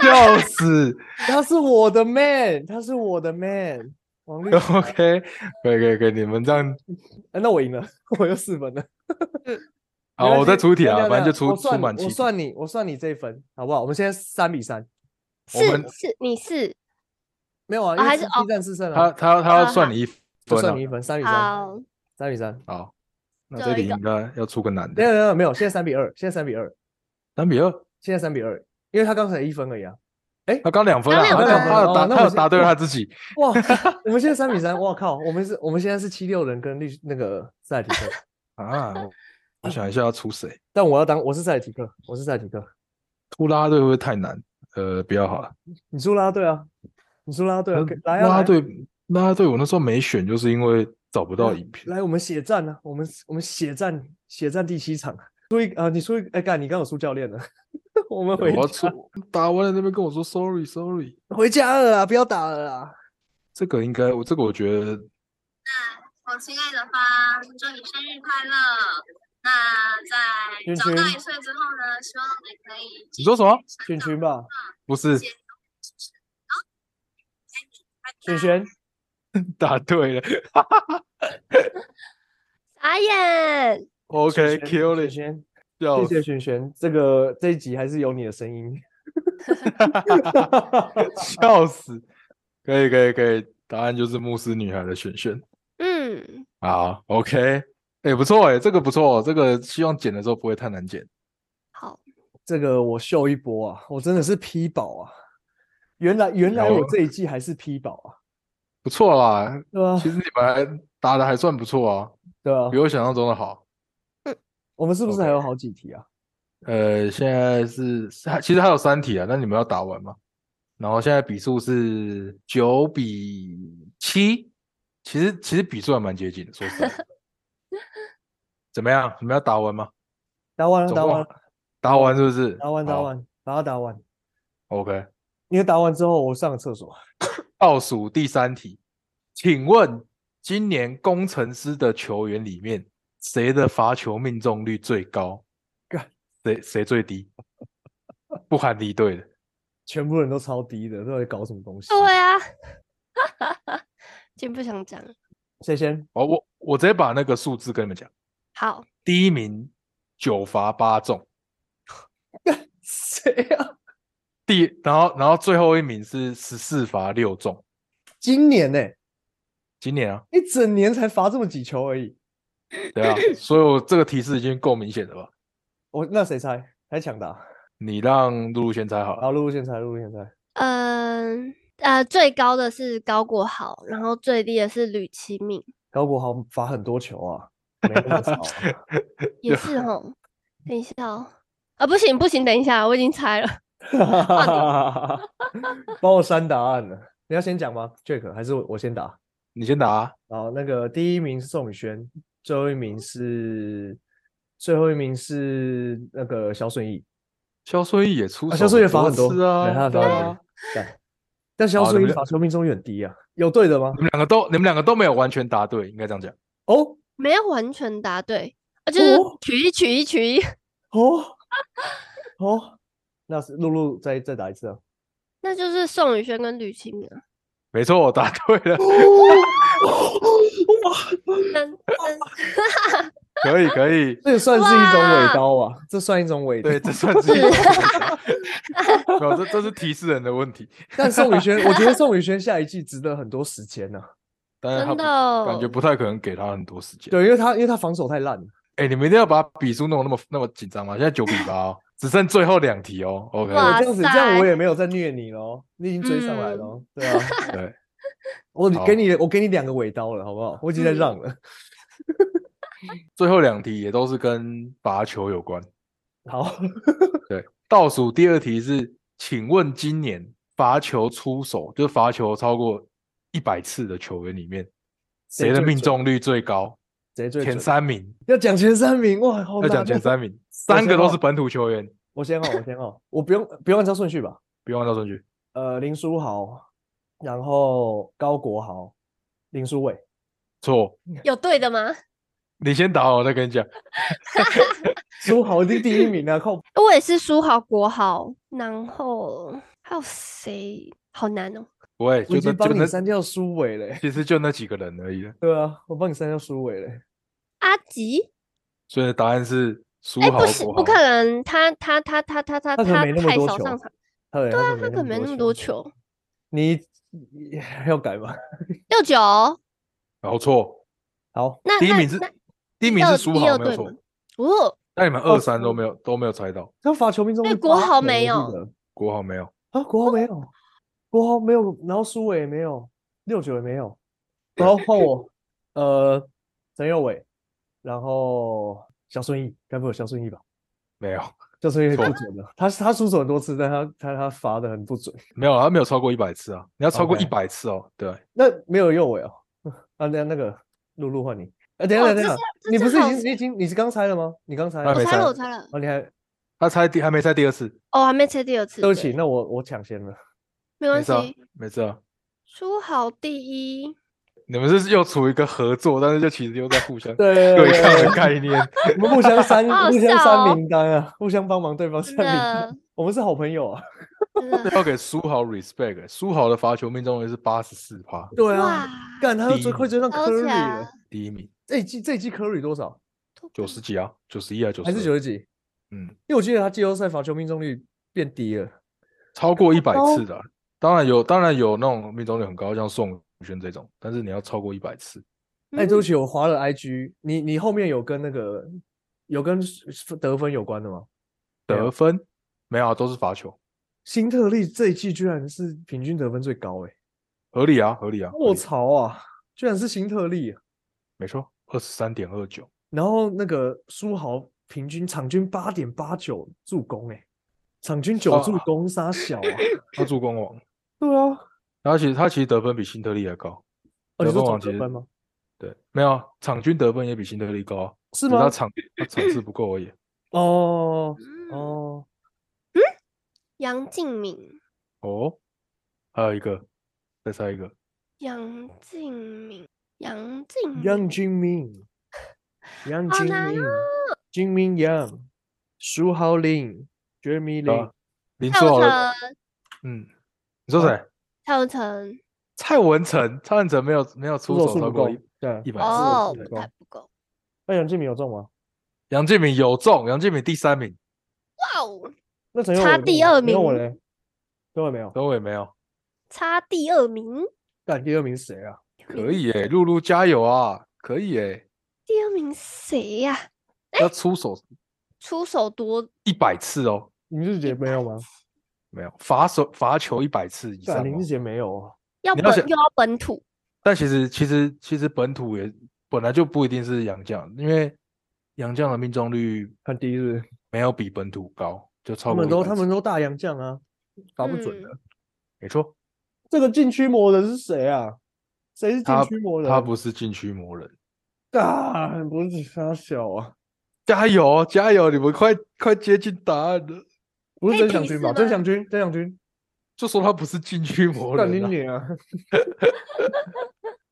Speaker 2: 笑 死
Speaker 1: 他是我的 man，他是我的 man。王绿 祥，
Speaker 2: ！OK，可以可以可以，你们这样
Speaker 1: 哎那我赢了，我又四分了。没
Speaker 2: 好，
Speaker 1: 关
Speaker 2: 我再
Speaker 1: 系
Speaker 2: 出题
Speaker 1: 等一
Speaker 2: 啊，
Speaker 1: 下
Speaker 2: 反正就
Speaker 1: 等一下我
Speaker 2: 出出
Speaker 1: 算
Speaker 2: 满
Speaker 1: 你
Speaker 2: 七
Speaker 1: 我
Speaker 2: 题。
Speaker 1: 算你，我算你这一分，好不好？我们现在三比三，
Speaker 2: 我
Speaker 3: 是
Speaker 2: 们
Speaker 3: 是，你是
Speaker 1: 没有啊，
Speaker 3: 哦
Speaker 1: 因为
Speaker 3: 还
Speaker 1: 是
Speaker 3: 是
Speaker 1: 一战四胜
Speaker 2: 他
Speaker 1: 啊，
Speaker 2: 他他要
Speaker 3: 好
Speaker 2: 算
Speaker 3: 好
Speaker 2: 你一
Speaker 1: 就
Speaker 2: 分
Speaker 1: 算
Speaker 2: 啊
Speaker 1: 你一分，三比三，
Speaker 3: 好，
Speaker 1: 三比三。
Speaker 2: 好，那
Speaker 3: 最
Speaker 2: 这
Speaker 3: 后一
Speaker 2: 里
Speaker 3: 个
Speaker 2: 应该要出个男
Speaker 1: 没有
Speaker 2: 的，
Speaker 1: 没有没有，现在三比二，现在三比二，
Speaker 2: 三比二。
Speaker 1: 现在三比二，因为他刚才一分而已啊。
Speaker 2: 他刚两分啊，
Speaker 3: 刚
Speaker 2: 他
Speaker 3: 两
Speaker 2: 刚
Speaker 3: 分
Speaker 2: 他有
Speaker 1: 哦
Speaker 2: 答
Speaker 1: 那
Speaker 2: 他
Speaker 1: 我
Speaker 2: 有
Speaker 1: 先
Speaker 2: 答对了
Speaker 1: 哇
Speaker 2: 他自己，
Speaker 1: 哇，我们现在三比三，哇靠，我们是，我们现在是七六人跟绿那个塞尔提克，
Speaker 2: 啊，我我想一下要出谁？
Speaker 1: 但我要当我是塞尔提克，我是塞尔提克，
Speaker 2: 出拉队会不会太难？呃，不要好了。
Speaker 1: 你输啦，对啊，你输啦，对啊，
Speaker 2: 呃
Speaker 1: 可来啊，
Speaker 2: 拉
Speaker 1: 来啊
Speaker 2: 队拉队，我那时候没选，就是因为找不到影片。
Speaker 1: 来，我们血战啊，我们我们血战血战第七场，输一啊、你输一，哎干，你刚有输教练了， 我们
Speaker 2: 我
Speaker 1: 回
Speaker 2: 要
Speaker 1: 家
Speaker 2: 出打完了那边跟我说 sorry sorry，
Speaker 1: 回家了啊啦，不要打了啦，
Speaker 2: 这个应该我这个我觉得
Speaker 7: 我亲爱的方，祝你生日快乐。那在
Speaker 1: 君
Speaker 7: 长大一
Speaker 1: 君
Speaker 7: 岁之后呢，希望你可以
Speaker 2: 你说什么？
Speaker 1: 俊勋吧，
Speaker 2: 不是
Speaker 1: 轩轩，
Speaker 2: 答对了。
Speaker 3: 傻眼。
Speaker 1: 轩
Speaker 2: OK
Speaker 1: 轩
Speaker 2: kill 了
Speaker 1: 轩，轩，
Speaker 2: 笑
Speaker 1: 谢谢
Speaker 2: 死，
Speaker 1: 轩轩，这个这一集还是有你的声 音。
Speaker 2: 笑死，可以可以可以，答案就是牧师女孩的选选。
Speaker 3: 嗯，
Speaker 2: 好，OK，哎，不错哎，这个不错，这个希望剪的时候不会太难剪。
Speaker 3: 好，
Speaker 1: 这个我秀一波啊，我真的是 P 宝啊！原来原来我
Speaker 2: 有
Speaker 1: 这一季还是 P 宝啊，
Speaker 2: 不错啦，
Speaker 1: 对吧、
Speaker 2: 其实你们还打的还算不错啊，
Speaker 1: 对啊
Speaker 2: 比，我想象中的好。
Speaker 1: 我们是不是还
Speaker 2: OK
Speaker 1: 有好几题啊？
Speaker 2: 呃，现在是还其实还有三题啊，那你们要打完吗？然后现在比数是九比七，其实其实比数还蛮接近的，说实在的怎么样？你们要打完吗？
Speaker 1: 打完了，
Speaker 2: 总
Speaker 1: 打
Speaker 2: 共
Speaker 1: 完了，
Speaker 2: 打完是不是？
Speaker 1: 打完，打
Speaker 2: 好。
Speaker 1: 完，把它打完。
Speaker 2: OK，
Speaker 1: 因为打完之后我上个厕所，
Speaker 2: 倒数第三题，请问今年工程师的球员里面，谁的罚球命中率最高
Speaker 1: 干？
Speaker 2: 谁谁最低？不含离队的。
Speaker 1: 全部人都超低的，到底搞什么东西？
Speaker 3: 对啊， 真不想讲。
Speaker 1: 谁先？
Speaker 2: 哦，我我直接把那个数字跟你们讲，
Speaker 3: 好，
Speaker 2: 第一名九罚八中，
Speaker 1: 谁啊？
Speaker 2: 第然后然后最后一名是十四罚六中，
Speaker 1: 今年呢、
Speaker 2: 今年啊，
Speaker 1: 一整年才罚这么几球而已。
Speaker 2: 对啊，所以我这个提示已经够明显了吧？
Speaker 1: 我那谁猜？还抢答？
Speaker 2: 你让露露先猜好了，
Speaker 1: 好，露露先猜，露露先猜。
Speaker 3: 嗯呃，最高的是高国豪，然后最低的是吕其敏。
Speaker 1: 高国豪罚很多球啊，没那么 吵。
Speaker 3: 也是哦。等一下哦，啊，不行不行，等一下，我已经猜了。
Speaker 1: 啊
Speaker 2: 啊
Speaker 1: 帮我删答案了。你要先讲吗，Jack？还是我我先打？
Speaker 2: 你先打啊，
Speaker 1: 好，那个第一名是宋宇轩，最后一名是最后一名是那个萧顺义。
Speaker 2: 肖顺义也出
Speaker 1: 啊，
Speaker 2: 手，
Speaker 1: 萧顺义罚很多，
Speaker 2: 是啊
Speaker 1: 对，他的
Speaker 2: 对
Speaker 1: 罚很
Speaker 2: 啊
Speaker 1: 多，干但萧
Speaker 2: 好
Speaker 1: 顺
Speaker 2: 你
Speaker 1: 义
Speaker 2: 们嗯
Speaker 1: 罚球命中率很低啊，有对的吗
Speaker 2: 你？们两个都你们两个都没有完全答对，应该这样讲。
Speaker 1: 哦
Speaker 3: 没有完全答对，啊，就是
Speaker 1: 哦
Speaker 3: 取一取一取一，
Speaker 1: 哦哦，那是露露再再打一次啊！
Speaker 3: 那就是宋宇轩跟吕青啊。
Speaker 2: 没错，我答对 了，
Speaker 3: 那那
Speaker 2: 可以可以，
Speaker 1: 这算是一种
Speaker 3: 哇
Speaker 1: 尾刀啊，这算一种尾刀。
Speaker 2: 对，这算是一种 没有，这这是提示人的问题。
Speaker 1: 但宋宇轩，我觉得宋宇轩下一季值得很多时间呢、
Speaker 2: 但是他
Speaker 3: 真的
Speaker 2: 不感
Speaker 3: 哦
Speaker 2: 觉不太可能给他很多时间。
Speaker 1: 对，因为他因为他防守太烂了。
Speaker 2: 哎、你们一定要把比数弄得那么那么紧张吗？现在九比八哦， 只剩最后两题哦。OK，
Speaker 1: 我
Speaker 3: 哇
Speaker 1: 这样子，这样我
Speaker 3: 塞嗯
Speaker 1: 也没有在虐你喽，你已经追上来喽。 对啊，
Speaker 2: 对，
Speaker 1: 我
Speaker 2: 好
Speaker 1: 给你我给你两个尾刀了，好不好？我已经在
Speaker 3: 嗯
Speaker 1: 让了。
Speaker 2: 最后两题也都是跟罚球有关。
Speaker 1: 好，
Speaker 2: 对，倒数第二题是，请问今年罚球出手，就是罚球超过一百次的球员里面，
Speaker 1: 谁
Speaker 2: 谁的
Speaker 1: 最
Speaker 2: 命
Speaker 1: 准
Speaker 2: 中率最高？
Speaker 1: 谁最
Speaker 2: 前
Speaker 1: 准？
Speaker 2: 三名，
Speaker 1: 要讲前三名哇，好
Speaker 2: 要
Speaker 1: 难
Speaker 2: 讲
Speaker 1: 哦
Speaker 2: 前 三。名，三
Speaker 1: 先
Speaker 2: 个都
Speaker 1: 报
Speaker 2: 是本土球员，
Speaker 1: 我先哦，我先哦，我不用不用按照顺序吧？
Speaker 2: 不用按照顺序。
Speaker 1: 呃，林书豪，然后高国豪，林书伟。
Speaker 2: 错，
Speaker 3: 哦有对的吗？
Speaker 2: 你先打，我再跟你讲。
Speaker 1: 书豪一定第一名啊！靠，
Speaker 3: 我也是书豪、国豪，然后还有谁？好难哦。
Speaker 2: 不会，
Speaker 1: 我已
Speaker 2: 就那
Speaker 1: 经帮
Speaker 2: 就
Speaker 1: 你
Speaker 2: 那，
Speaker 1: 删掉苏伟嘞。
Speaker 2: 其实就那几个人而已了。
Speaker 1: 对啊，我帮你删掉苏伟欸嘞。
Speaker 3: 阿吉？
Speaker 2: 所以答案是苏
Speaker 3: 哎、
Speaker 2: 豪
Speaker 3: 不是，
Speaker 2: 国
Speaker 3: 不
Speaker 2: 豪
Speaker 3: 可能，他他他他他他
Speaker 1: 他可能没那么
Speaker 3: 太
Speaker 1: 多
Speaker 3: 少
Speaker 1: 球
Speaker 3: 上场，
Speaker 1: 他对，
Speaker 3: 啊，
Speaker 1: 他
Speaker 3: 他可能没那么多
Speaker 1: 多。
Speaker 3: 球。
Speaker 1: 你你 要改吗？
Speaker 3: 六九，
Speaker 2: 然后错，
Speaker 1: 好，
Speaker 3: 那
Speaker 2: 第一
Speaker 3: 那
Speaker 2: 名是
Speaker 3: 那
Speaker 2: 第一名
Speaker 3: 二
Speaker 2: 是苏
Speaker 3: 第
Speaker 2: 豪
Speaker 3: 二
Speaker 2: 没有
Speaker 3: 对
Speaker 2: 错
Speaker 3: 吗，哦，
Speaker 2: 那你们二三
Speaker 1: 是
Speaker 2: 都没有都没有猜到，
Speaker 1: 他罚球命中
Speaker 3: 对
Speaker 1: 率
Speaker 3: 国
Speaker 1: 八
Speaker 3: 豪
Speaker 1: 成
Speaker 3: 没
Speaker 1: 我记
Speaker 3: 有
Speaker 1: 得
Speaker 2: 国豪没有，
Speaker 1: 啊，国豪没有，国豪没有，然后苏伟也没有，六九也没有，然后 换我，呃，陈佑伟，然后小顺义，该不会有小顺义吧？
Speaker 2: 没有
Speaker 1: 小顺义不准的，他他出手很多次，但他他他罚的很不准。
Speaker 2: 没有，他没有超过一百次啊，你要超过
Speaker 1: OK
Speaker 2: 一百次哦，对，
Speaker 1: 那没有右伟哦， 啊，那那个露露换你，哎，等一
Speaker 3: 哦
Speaker 1: 下等一
Speaker 3: 这
Speaker 1: 下
Speaker 3: 是，这
Speaker 1: 你
Speaker 3: 是
Speaker 1: 不是已
Speaker 3: 好
Speaker 1: 经你已经你是刚猜了吗？你刚猜
Speaker 2: 他
Speaker 1: 了
Speaker 2: 没
Speaker 3: 我
Speaker 1: 吗
Speaker 2: 猜
Speaker 3: 猜了，我猜了。
Speaker 1: 哦，你还
Speaker 2: 他猜第还没猜第二次，
Speaker 3: 哦，还没猜第二次。
Speaker 1: 对不起，
Speaker 3: 对，
Speaker 1: 那我我抢先 了。
Speaker 3: 没
Speaker 2: 没
Speaker 3: 关
Speaker 2: 事啊
Speaker 3: 系。，
Speaker 2: 没事啊，
Speaker 3: 书豪 第一，
Speaker 2: 你们是又处于一个合作，但是就其实又在互相
Speaker 1: 对对
Speaker 2: 对抗的概念，
Speaker 1: 我们互相删，
Speaker 3: 好
Speaker 1: 互相
Speaker 3: 笑哦
Speaker 1: 删名单啊， 互相帮忙对方删
Speaker 3: 真
Speaker 1: 名单。
Speaker 3: 的
Speaker 1: 我们是好朋友啊。
Speaker 3: 真的
Speaker 2: 要给苏豪 respect，苏欸豪的罚球命中率是八十四趴，
Speaker 1: 对啊
Speaker 3: 哇，
Speaker 1: 干他又
Speaker 2: 第
Speaker 1: 追
Speaker 2: 一
Speaker 1: 快追上
Speaker 3: 超
Speaker 1: Curry
Speaker 3: 强
Speaker 1: 了。
Speaker 2: 第一名
Speaker 1: 这一季这一季 Curry 多少？
Speaker 2: 九十几啊，九十一啊，九
Speaker 1: 还是九十几？
Speaker 2: 嗯，
Speaker 1: 因为我记得他季后赛罚球命中率变低了。
Speaker 2: 超过一百
Speaker 3: 哦
Speaker 2: 次的啊、当然有，当然有那种命中率很高，像宋宇轩这种，但是你要超过一百次，
Speaker 1: 哎，对不
Speaker 3: 嗯
Speaker 1: 起，我划了 IG。你你后面有跟那个有跟得分有关的吗？没有
Speaker 2: 得分没有、啊、都是罚球，
Speaker 1: 新特利这一季居然是平均得分最高哎！
Speaker 2: 合理啊，合理啊，合
Speaker 1: 卧
Speaker 2: 理
Speaker 1: 槽啊，居然是新特利啊。
Speaker 2: 没错，二十三点 二九，
Speaker 1: 然后那个书豪平均场均八点八九助攻、欸，场均九助
Speaker 2: 哇
Speaker 1: 攻杀小 啊，
Speaker 2: 他助攻王，
Speaker 1: 对啊，
Speaker 2: 他其实他其实得分比辛特利还高，
Speaker 1: 哦，
Speaker 2: 得
Speaker 1: 你说
Speaker 2: 分
Speaker 1: 总
Speaker 2: 王其
Speaker 1: 得
Speaker 2: 实
Speaker 1: 分吗？
Speaker 2: 对，没有啊场均得分也比辛特利高啊，
Speaker 1: 是
Speaker 2: 只他
Speaker 1: 吗？
Speaker 2: 场他场次不够而已。
Speaker 1: 哦
Speaker 3: 嗯
Speaker 1: 哦，
Speaker 3: 杨敬敏，
Speaker 2: 哦，还有一个，再猜一个，
Speaker 3: 杨敬敏，杨敬敏，
Speaker 1: 杨金明， 杨
Speaker 3: 好
Speaker 1: 金
Speaker 3: 难
Speaker 1: 明，
Speaker 2: 哦
Speaker 1: 金明杨，苏豪林，Jeremy
Speaker 2: 对
Speaker 1: 林
Speaker 2: 啊，林
Speaker 3: 蔡
Speaker 2: 书豪
Speaker 3: 文
Speaker 2: 的，
Speaker 3: 成，
Speaker 2: 嗯，你说谁？
Speaker 3: 蔡文成，
Speaker 2: 蔡文成，蔡文成没有没有出
Speaker 1: 出手
Speaker 2: 手
Speaker 1: 数
Speaker 2: 超
Speaker 1: 不
Speaker 2: 过
Speaker 1: 够
Speaker 2: 一，
Speaker 1: 对啊，
Speaker 2: 一百次，
Speaker 3: 哦，
Speaker 1: 不
Speaker 3: 不太
Speaker 1: 够
Speaker 3: 不够，
Speaker 1: 那杨敬明有中吗？
Speaker 2: 杨敬敏有中，杨敬敏第三名，
Speaker 3: 哇哦，
Speaker 1: 那陈佑
Speaker 3: 差
Speaker 1: 伟有中
Speaker 3: 第
Speaker 1: 吗陈
Speaker 3: 二
Speaker 1: 佑伟
Speaker 3: 名
Speaker 1: 嘞，都伟没有，
Speaker 2: 都伟没有，
Speaker 3: 差第二名，
Speaker 1: 但第二名是谁啊？
Speaker 2: 可以诶、露露加油啊，可以诶、
Speaker 3: 第二名谁呀、
Speaker 2: 要出手
Speaker 3: 出手多
Speaker 2: 一百次哦，
Speaker 1: 林志杰没有吗？
Speaker 2: 没有罚手罚球一百次以上、
Speaker 1: 干林
Speaker 2: 哦
Speaker 1: 志，杰没有哦，
Speaker 3: 要
Speaker 2: 你
Speaker 3: 本
Speaker 2: 要想
Speaker 3: 又要本土，
Speaker 2: 但其实其实其实本土也本来就不一定是洋将，因为洋将的命中率
Speaker 1: 看第一日，
Speaker 2: 没有比本土高，就超
Speaker 1: 他
Speaker 2: 过
Speaker 1: 们都
Speaker 2: 130
Speaker 1: 他
Speaker 3: 嗯
Speaker 1: 们都大洋将啊，打不准的。
Speaker 2: 没错，
Speaker 1: 这个禁区魔人是谁啊？谁是禁
Speaker 2: 他
Speaker 1: 区魔人？
Speaker 2: 他不是禁区魔人。
Speaker 1: 啊，不是他小啊，
Speaker 2: 加油加油！你们快快接近答案了，
Speaker 1: 不是
Speaker 3: 可以
Speaker 1: 曾祥
Speaker 3: 提
Speaker 1: 军
Speaker 3: 示
Speaker 1: 吧？曾
Speaker 3: 吗
Speaker 1: 祥军，曾祥军，
Speaker 2: 就说他不是禁区魔
Speaker 1: 干你
Speaker 2: 人、啊。
Speaker 1: 脸啊！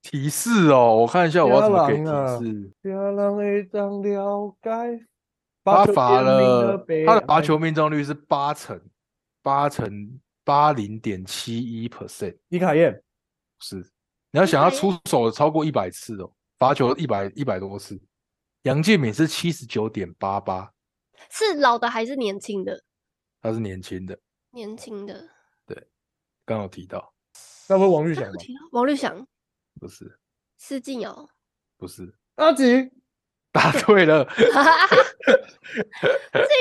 Speaker 2: 提示哦，我看一下我要怎么给
Speaker 1: 加狼啊
Speaker 2: 提示。
Speaker 1: 别让一张了解，
Speaker 2: 他
Speaker 1: 球
Speaker 2: 罚
Speaker 1: 点名
Speaker 2: 了，
Speaker 1: 悲
Speaker 2: 他的罚
Speaker 1: 哀
Speaker 2: 球命中率是八成，八成八零点七一 percent，
Speaker 1: 李凯燕，
Speaker 2: 是。你要想他
Speaker 3: 对
Speaker 2: 出手超过一百次哦，罚球一百一百多次。杨建敏是七十九点八八，
Speaker 3: 是老的还是年轻的？
Speaker 2: 他是年轻的，
Speaker 3: 年轻的，
Speaker 2: 刚好提到，
Speaker 1: 那不是王玉
Speaker 3: 刚
Speaker 1: 祥
Speaker 3: 有
Speaker 1: 吧？
Speaker 3: 提到王绿祥、
Speaker 2: 不是
Speaker 3: 施静瑶，
Speaker 2: 不是，
Speaker 1: 阿吉，
Speaker 2: 答对了，
Speaker 3: 竟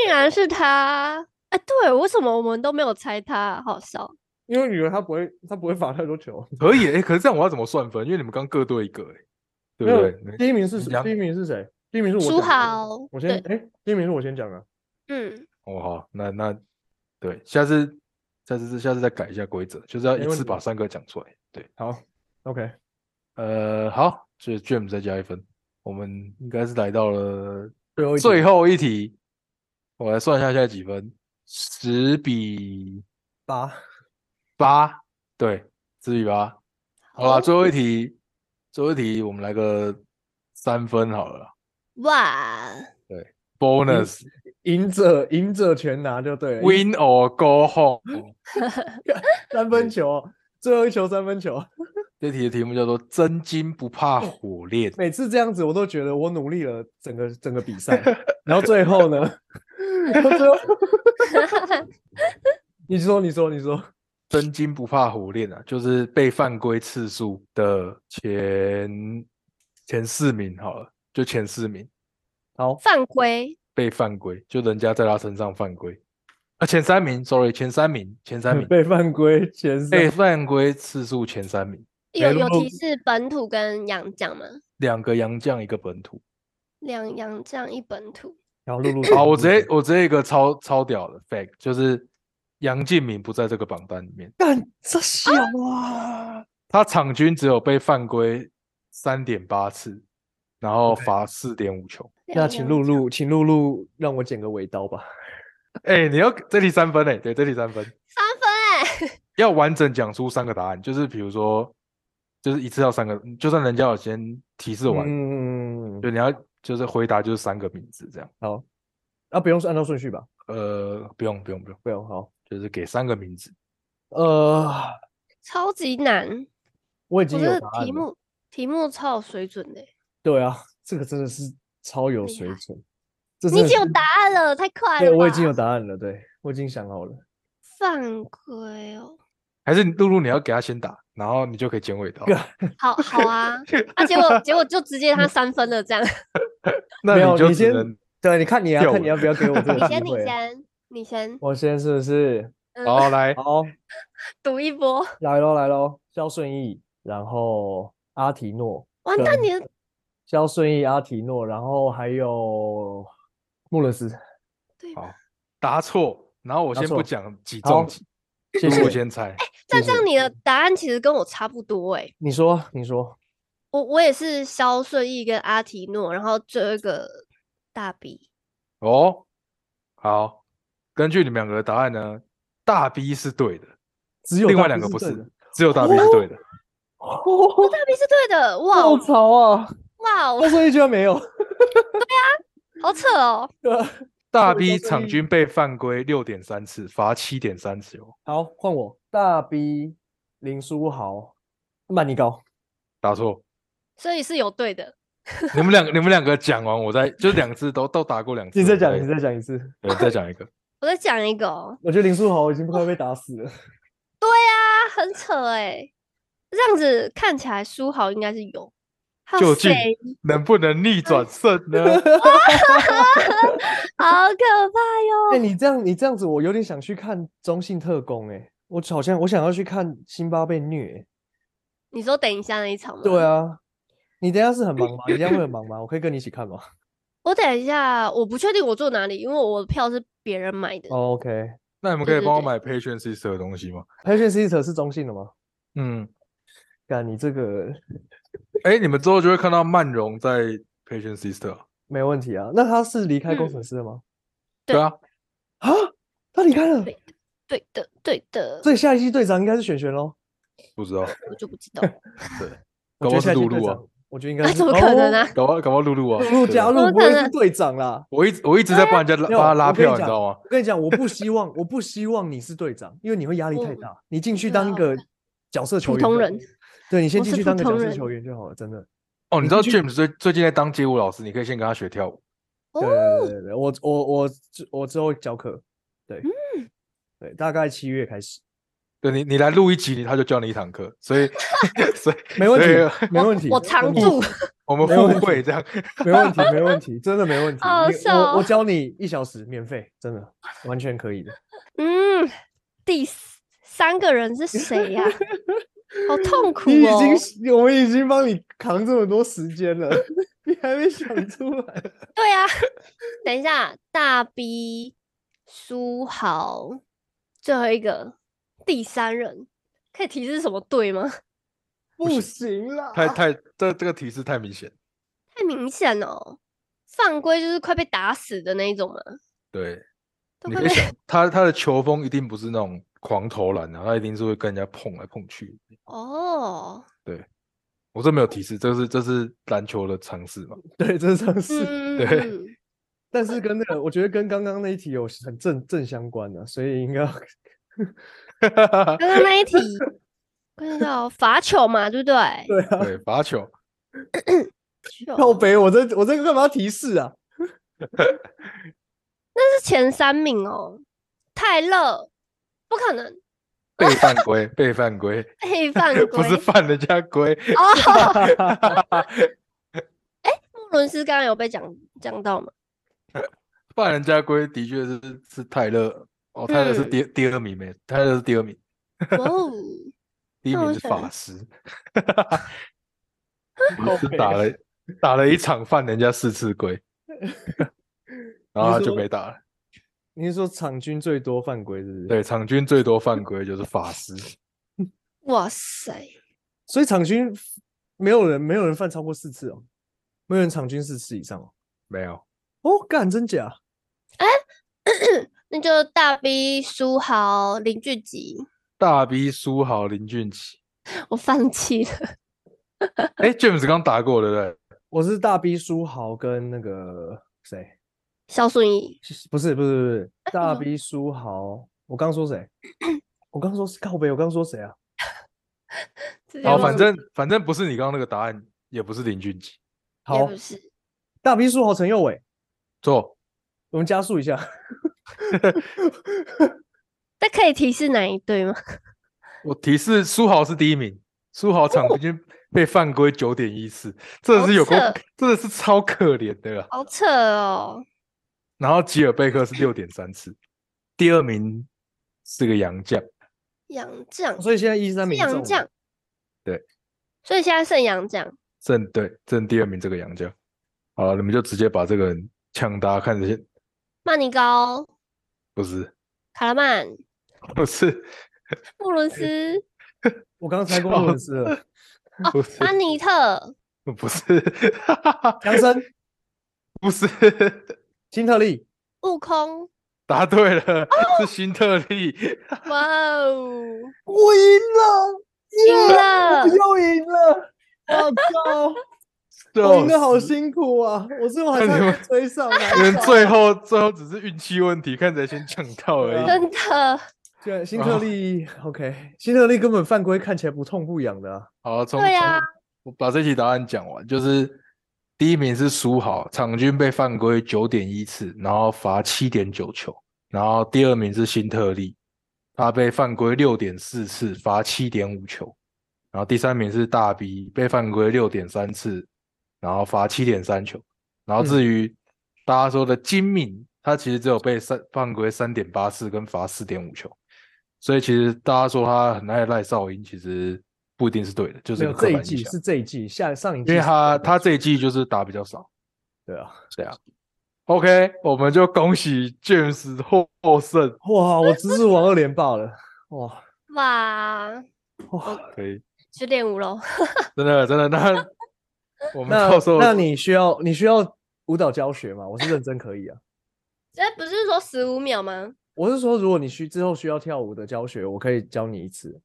Speaker 3: 然是他！哎、对，为什么我们都没有猜他？好笑。
Speaker 1: 因为你以为他不会，他不会罚太多球。
Speaker 2: 可以诶，可是这样我要怎么算分？因为你们刚各对一个诶，对不
Speaker 1: 没有
Speaker 2: 对？
Speaker 1: 第一名是
Speaker 2: 你
Speaker 1: 谁
Speaker 2: 讲
Speaker 1: 第一名是谁？第一名是我
Speaker 3: 书
Speaker 1: 讲的
Speaker 3: 豪
Speaker 1: 我先
Speaker 3: 对
Speaker 1: 哎，第一名是我先讲的。
Speaker 3: 嗯，
Speaker 2: 哦，好，那那对，下次下次下次再改一下规则，就是要
Speaker 1: 没
Speaker 2: 一
Speaker 1: 问
Speaker 2: 次
Speaker 1: 题
Speaker 2: 把三个讲出来。对，
Speaker 1: 好，OK，
Speaker 2: 呃，好，所以 James 再加一分，我们应该是来到了
Speaker 1: 最后一
Speaker 2: 最
Speaker 1: 题
Speaker 2: 后一题，我来算一下现在几分，十比
Speaker 1: 八，
Speaker 2: 八，对，十比八。好啦，
Speaker 3: 好
Speaker 2: 最后一题，最后一题我们来个三分好了啦
Speaker 3: 哇，
Speaker 2: ，bonus
Speaker 1: 赢者赢者全拿就对了。赢
Speaker 2: win or go
Speaker 1: 嗯
Speaker 2: home。
Speaker 1: 三分球，最后一球三分球。
Speaker 2: 这题的题目叫做“真金不怕火炼”。
Speaker 1: 每次这样子，我都觉得我努力了整个整个比赛，然后最后呢，然后最 后你说你说你说，
Speaker 2: 真金不怕火炼啊，就是被犯规次数的前前四名好了，就前四名
Speaker 1: 好，
Speaker 3: 犯规，
Speaker 2: 被犯规，就人家在他身上犯规啊，前三名，sorry，前三名，前三名
Speaker 1: 嗯被犯规前三
Speaker 2: 被犯规次数前三名，
Speaker 3: 有
Speaker 2: 没
Speaker 3: 有
Speaker 2: 录
Speaker 3: 提示本土跟洋将吗？
Speaker 2: 两个洋将，一个本土。
Speaker 3: 两洋将一本土，
Speaker 1: 然后露露，
Speaker 2: 好，我直接我直接一个超超屌的 fact，就是杨敬敏不在这个榜单里面，
Speaker 1: 干这小啊，
Speaker 2: 他场均只有被犯规三点八次，然后罚四点五球。
Speaker 1: 那
Speaker 3: 两
Speaker 1: 请
Speaker 3: 洋
Speaker 1: 露
Speaker 3: 将
Speaker 1: 露，请露露让我剪个尾刀吧。
Speaker 2: 哎、你要这题三分哎、对，这题三分，
Speaker 3: 三分哎、
Speaker 2: 要完整讲出三个答案，就是比如说，就是一次要三个，就算人家有先提示完，
Speaker 1: 嗯，
Speaker 2: 就你要就是回答就是三个名字这样。
Speaker 1: 好，啊，不用是按照顺序吧？
Speaker 2: 呃，不用不用不用，
Speaker 1: 不用，好，
Speaker 2: 就是给三个名字。
Speaker 1: 呃，
Speaker 3: 超级难。
Speaker 1: 我已
Speaker 3: 我
Speaker 1: 经有
Speaker 3: 这
Speaker 1: 答
Speaker 3: 个
Speaker 1: 案
Speaker 3: 题
Speaker 1: 了。
Speaker 3: 目题目超有水准的欸、
Speaker 1: 对啊，这个真的是超有
Speaker 3: 厉
Speaker 1: 水
Speaker 3: 害
Speaker 1: 准，这
Speaker 3: 你已
Speaker 1: 真的
Speaker 3: 经有
Speaker 1: 是
Speaker 3: 答案了，太快了
Speaker 1: 对，
Speaker 3: 吧。
Speaker 1: 我已经有答案了，对我已经想好了。
Speaker 3: 犯规哦，
Speaker 2: 还是你露露你要给他先打，然后你就可以剪 尾刀。
Speaker 3: 好好啊，啊，结果结果就直接他三分了，这样。
Speaker 2: 那
Speaker 1: 没有
Speaker 2: 就
Speaker 1: 你
Speaker 2: 只
Speaker 1: 先
Speaker 2: 能
Speaker 1: 对，你看你啊，
Speaker 2: 吊
Speaker 1: 看你
Speaker 2: 尾
Speaker 1: 要不要给我这
Speaker 3: 你
Speaker 1: 个机
Speaker 3: 先，你
Speaker 1: 会啊。
Speaker 3: 先，你先，
Speaker 1: 我先是不是？
Speaker 3: 嗯
Speaker 2: 好来
Speaker 1: 好，
Speaker 3: 赌一波。
Speaker 1: 来喽来喽，肖顺义，然后阿提诺，
Speaker 3: 完蛋，
Speaker 1: 跟
Speaker 3: 你的
Speaker 1: 肖顺义、阿提诺，然后还有穆勒斯。
Speaker 3: 对
Speaker 2: 好
Speaker 3: 吧？
Speaker 2: 答错，然后我
Speaker 1: 答
Speaker 2: 先不
Speaker 1: 错
Speaker 2: 讲几
Speaker 1: 好
Speaker 2: 中几，
Speaker 1: 谢
Speaker 2: 露露
Speaker 1: 谢。
Speaker 2: 先猜。
Speaker 3: 但
Speaker 1: 谢
Speaker 3: 这样
Speaker 1: 谢
Speaker 3: 你的答案其实跟我差不多哎、
Speaker 1: 你说，你说，
Speaker 3: 我我也是肖顺义跟阿提诺，然后最后一个大 B。
Speaker 2: 哦，好，根据你们两个的答案呢，大 B 是对的，
Speaker 1: 只有
Speaker 2: 另
Speaker 1: 大
Speaker 2: 外
Speaker 1: B
Speaker 2: 两个不
Speaker 1: 对
Speaker 2: 是
Speaker 1: 的。，
Speaker 2: 只有大 B 是对的。
Speaker 1: 哦，
Speaker 3: 大 B 是对的，哇
Speaker 1: 好
Speaker 3: 哦
Speaker 1: 潮啊！
Speaker 3: 哇哦，
Speaker 1: 肖顺义居然没有。
Speaker 3: 好扯哦！
Speaker 2: 大
Speaker 1: 所以
Speaker 2: B
Speaker 1: 都是
Speaker 2: 场
Speaker 1: 一
Speaker 2: 均被犯规六点三次，罚七点三哦球，
Speaker 1: 好，换我，大 B 林书豪、曼尼高。
Speaker 2: 答错。
Speaker 3: 所以是有对的，
Speaker 2: 你们两个，你们两个讲完，我再就两次都都答过两次。
Speaker 1: 你
Speaker 2: 我
Speaker 1: 再讲，
Speaker 2: 再
Speaker 1: 你再讲一次。
Speaker 2: 对再讲一 个。
Speaker 3: 我再讲一个哦。
Speaker 1: 我觉得林书豪已经快被打死了。
Speaker 3: 对啊，很扯哎、这样子看起来书豪应该是有，还
Speaker 2: 究
Speaker 3: 有
Speaker 2: 竟
Speaker 3: 谁？
Speaker 2: 能不能逆转胜呢？
Speaker 3: 好可怕哟！
Speaker 1: 哎、你这样你这样子，我有点想去看中信特工哎、我好像我想要去看辛巴被虐欸、
Speaker 3: 你说等一下那一场吗？
Speaker 1: 对，啊，你等一下是很忙吗？你等一下会很忙吗？我可以跟你一起看吗、
Speaker 3: 我等一下，我不确定我坐哪里，因为我的票是别人买的。
Speaker 1: o k
Speaker 2: 那你们可
Speaker 3: 对
Speaker 2: 以
Speaker 3: 对
Speaker 2: 帮我
Speaker 3: 对
Speaker 2: 买 Patient Sister 的东西吗？
Speaker 1: Patient Sister 是中性的吗？
Speaker 2: 嗯，
Speaker 1: 干，你这个
Speaker 2: 哎，你们之后就会看到曼荣在 Patient Sister 啊。
Speaker 1: 没问题啊。那他是离开工
Speaker 3: 嗯
Speaker 1: 程师了吗？
Speaker 3: 对
Speaker 2: 对啊，
Speaker 1: 啊，他离开了，
Speaker 3: 对对的，对的，
Speaker 1: 所以下一季队长应该是璇璇喽。
Speaker 2: 不知道，
Speaker 3: 我就不知道。
Speaker 2: 对，
Speaker 1: 我觉得
Speaker 2: 搞不好
Speaker 1: 下
Speaker 2: 是
Speaker 1: 一季
Speaker 2: 露
Speaker 1: 队
Speaker 2: 露啊
Speaker 1: 长，，我觉得应
Speaker 3: 那
Speaker 1: 该
Speaker 3: 怎么可能
Speaker 1: 哦
Speaker 3: 啊？
Speaker 2: 搞不好搞不好露露啊。
Speaker 1: 露露
Speaker 2: 对
Speaker 1: 加
Speaker 2: 啊
Speaker 1: 入
Speaker 3: 么
Speaker 1: 不会
Speaker 3: 可
Speaker 1: 是
Speaker 3: 能
Speaker 1: 队长啦。
Speaker 2: 我一直我一直在帮人家拉
Speaker 1: 没有
Speaker 2: 帮他拉
Speaker 1: 我跟你
Speaker 2: 票，你知
Speaker 1: 讲
Speaker 2: 道吗？
Speaker 1: 我跟你讲，我不希望，我不希望你是队长，因为你会压力太
Speaker 3: 我
Speaker 1: 大。你进去
Speaker 3: 对啊
Speaker 1: 当一
Speaker 3: 我
Speaker 1: 个角色球
Speaker 3: 普
Speaker 1: 员就好
Speaker 3: 通
Speaker 1: 了，
Speaker 3: 人，
Speaker 1: 对你先
Speaker 3: 我
Speaker 1: 进
Speaker 3: 是
Speaker 1: 去
Speaker 3: 普
Speaker 1: 当个角
Speaker 3: 通
Speaker 1: 色
Speaker 3: 人
Speaker 1: 球员就好了，真的。
Speaker 2: 哦，你
Speaker 1: 你
Speaker 2: 知道
Speaker 1: 进去
Speaker 2: James 最最近在当街舞老师，你可以先跟他学跳舞。
Speaker 3: 哦
Speaker 1: 对啊对对对，我我我之我之后教课，对，
Speaker 3: 嗯
Speaker 1: 对，大概七月开 始，
Speaker 2: 对你，你来录一集，你他就教你一堂课，所以所以
Speaker 1: 没问
Speaker 2: 所
Speaker 1: 题，没问题，
Speaker 3: 我常
Speaker 1: 们
Speaker 3: 驻，
Speaker 2: 以我们
Speaker 1: 没有问
Speaker 2: 互惠这样。
Speaker 1: 没问题，没问题，真的没问题。
Speaker 3: 好
Speaker 1: 你
Speaker 3: 笑
Speaker 1: 我我
Speaker 3: 哦
Speaker 1: 教你一小时免费，真的完全可以 的。
Speaker 3: 嗯，第四三个人是谁呀、好痛苦
Speaker 1: 你
Speaker 3: 哦！
Speaker 1: 已经，我们已经帮你扛这么多时间了， 你还没想出 来。
Speaker 3: 对啊，等一下，大 B、苏豪，最后一个第三人，可以提示什么队吗？
Speaker 1: 不行啦，
Speaker 2: 太太这这个提示太明显，
Speaker 3: 太明显了哦，犯规就是快被打死的那一种嘛，
Speaker 2: 对，
Speaker 3: 都
Speaker 2: 你
Speaker 3: 快
Speaker 2: 可以
Speaker 3: 被
Speaker 2: 想他他的球风一定不是那种狂投篮的，他一定是会跟人家碰来碰去。
Speaker 3: 哦，
Speaker 2: 我这没有提示，这是这是篮球的常识嘛？
Speaker 1: 对，这算是，
Speaker 3: 嗯，
Speaker 2: 对
Speaker 3: 嗯
Speaker 1: 但是跟那个，我觉得跟刚刚那一题有很正正相关的、所以应该要
Speaker 3: 刚刚那一题，关键到罚球嘛，对不对？
Speaker 1: 对啊。
Speaker 2: 对，罚球，
Speaker 1: 靠
Speaker 3: 球
Speaker 1: 北，我这我这个干嘛提示啊？
Speaker 3: 那是前三名哦，泰勒，不可能
Speaker 2: 被犯规，被犯规，
Speaker 3: 被犯
Speaker 2: 不
Speaker 3: 规
Speaker 2: 是犯人家规。
Speaker 3: 哦。莫伦斯刚刚有被讲讲到嘛？
Speaker 2: 犯人家规的确是是泰勒哦，泰勒是
Speaker 3: 嗯
Speaker 2: 第、第二名没，泰勒是第二名，
Speaker 3: 哇哦，
Speaker 2: 第一
Speaker 3: 那
Speaker 2: 名
Speaker 3: 我
Speaker 2: 是
Speaker 3: 想
Speaker 2: 法师，法师
Speaker 1: 北
Speaker 2: 打了打了一场犯人家四次规，然后
Speaker 1: 你
Speaker 2: 他就
Speaker 1: 说
Speaker 2: 没打了。
Speaker 1: 你是说场均最多犯规是不是？，
Speaker 2: 对，场均最多犯规就是法师，
Speaker 3: 哇塞，
Speaker 1: 所以场均没有人没有人犯超过四次哦，没有人场均四次以上哦。
Speaker 2: 没有
Speaker 1: 哦，干真假？
Speaker 3: 那就大 B 苏豪林俊杰，
Speaker 2: 大 B 苏豪林俊奇。
Speaker 3: 我放弃了。
Speaker 2: 哎，James 刚打过对不对？
Speaker 1: 我是大 B 书豪跟那个谁？
Speaker 3: 肖顺义，
Speaker 1: 不是不是不是大
Speaker 3: 说
Speaker 1: B 书豪，我刚说谁？ 我刚说是靠北，我刚说谁啊？
Speaker 3: 直接
Speaker 2: 好，
Speaker 3: 忘
Speaker 2: 反
Speaker 3: 记
Speaker 2: 正反正不是你刚刚那个答案，也不是林俊奇，
Speaker 3: 也
Speaker 1: 好
Speaker 3: 不，是，
Speaker 1: 大 B 书豪陈佑伟，
Speaker 2: 错。
Speaker 1: 我们加速一下。
Speaker 3: 那可以提示哪一队吗？
Speaker 2: 我提示苏豪是第一名，苏豪场均被犯规九点一四，这
Speaker 3: 好
Speaker 2: 是有够
Speaker 3: 扯，
Speaker 2: 真的是超可怜的啦。
Speaker 3: 好扯哦，
Speaker 2: 然后吉尔贝克是六点三次，第二名是个洋将，
Speaker 3: 杨绛
Speaker 1: 所以现在一三
Speaker 3: 是
Speaker 1: 名
Speaker 3: 杨
Speaker 1: 中
Speaker 3: 绛
Speaker 1: 了，，
Speaker 2: 对，
Speaker 3: 所以现在剩杨绛。
Speaker 2: 正对正第二名这个洋将。好了，你们就直接把这个人抢答，看这些
Speaker 3: 曼尼高、
Speaker 2: 不是
Speaker 3: 卡拉曼、
Speaker 2: 不是
Speaker 3: 布伦斯、
Speaker 1: 我刚才过
Speaker 2: 哦
Speaker 1: 洛伦斯了。
Speaker 2: 不是
Speaker 3: 安妮特、
Speaker 2: 不是，
Speaker 1: 强森、
Speaker 2: 不是，
Speaker 1: 辛特利、
Speaker 3: 悟空。
Speaker 2: 答对了，是辛特利。
Speaker 3: 哇哦，
Speaker 1: 我赢了，
Speaker 3: 赢了
Speaker 1: 我！又赢了，我 靠！哦我赢的好辛苦啊！我最后还
Speaker 2: 那
Speaker 1: 差
Speaker 2: 你们
Speaker 1: 点追上 来，
Speaker 2: 你们最后最后只是运气问题，看谁先抢到而
Speaker 1: 对啊
Speaker 2: 已。
Speaker 3: 真的，
Speaker 1: 居然辛
Speaker 2: 啊
Speaker 1: 特利、OK，辛特利根本犯规，看起来不痛不痒的、啊。
Speaker 2: 好，从
Speaker 3: 对啊
Speaker 2: 从我把这题答案讲完，就是第一名是苏豪，场均被犯规九点一次，然后罚七点九球，然后第二名是辛特利，他被犯规六点四次，罚七点五球，然后第三名是大 B，被犯规六点三次，然后罚七点三球，
Speaker 1: 嗯
Speaker 2: 然后至于大家说的金敏，他其实只有被三犯规三点八次跟罚四点五球，所以其实大家说他很爱赖少英，其实不一定是对的，就是
Speaker 1: 没
Speaker 2: 一
Speaker 1: 有
Speaker 2: 个刻
Speaker 1: 这一
Speaker 2: 板印
Speaker 1: 季
Speaker 2: 象。
Speaker 1: 是这一季，下上一季
Speaker 2: 因为
Speaker 1: 是
Speaker 2: 他
Speaker 1: 这
Speaker 2: 他
Speaker 1: 样
Speaker 2: 这一季就是打比较少，
Speaker 1: 对啊，
Speaker 2: 这样。OK，我们就恭喜 James 获胜，
Speaker 1: 哇，我知识王二连霸了，哇
Speaker 3: 哇，
Speaker 1: 哇，
Speaker 2: 可以，
Speaker 3: 去练舞喽！
Speaker 2: 真的真的。那 我们
Speaker 1: 那
Speaker 2: 到时候
Speaker 1: 那你需要你需要舞蹈教学吗？我是认真可以啊，
Speaker 3: 这不是说十五秒吗？
Speaker 1: 我是说如果你需之后需要跳舞的教学，我可以教你一次，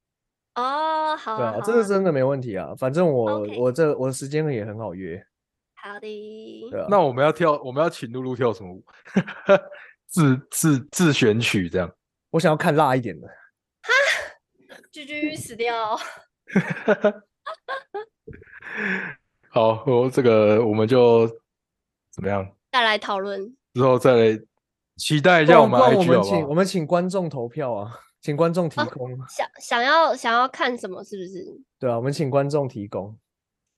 Speaker 3: 哦，好
Speaker 1: 对
Speaker 3: 啊，
Speaker 1: 啊，
Speaker 3: 好
Speaker 1: 这个
Speaker 3: 啊
Speaker 1: 真的没问题啊，反正我
Speaker 3: OK
Speaker 1: 我这我的时间也很好约，
Speaker 3: 好的。
Speaker 1: 对啊，
Speaker 2: 那我们要跳，我们要请露露跳什么舞？自自自选曲这样。
Speaker 1: 我想要看辣一点的，
Speaker 3: 居居死掉，
Speaker 2: 好，我这个我们就怎么样？
Speaker 3: 再来讨论。
Speaker 2: 之后再来期待一
Speaker 1: 不然
Speaker 2: 下我们
Speaker 1: 不然我
Speaker 2: IG
Speaker 1: 们
Speaker 2: 好
Speaker 1: 请
Speaker 2: 不
Speaker 1: 我
Speaker 2: 好？
Speaker 1: 们请观众投票啊，请观众提
Speaker 3: 啊
Speaker 1: 供，
Speaker 3: 想想要想要看什么？是不是？
Speaker 1: 对啊，我们请观众提供，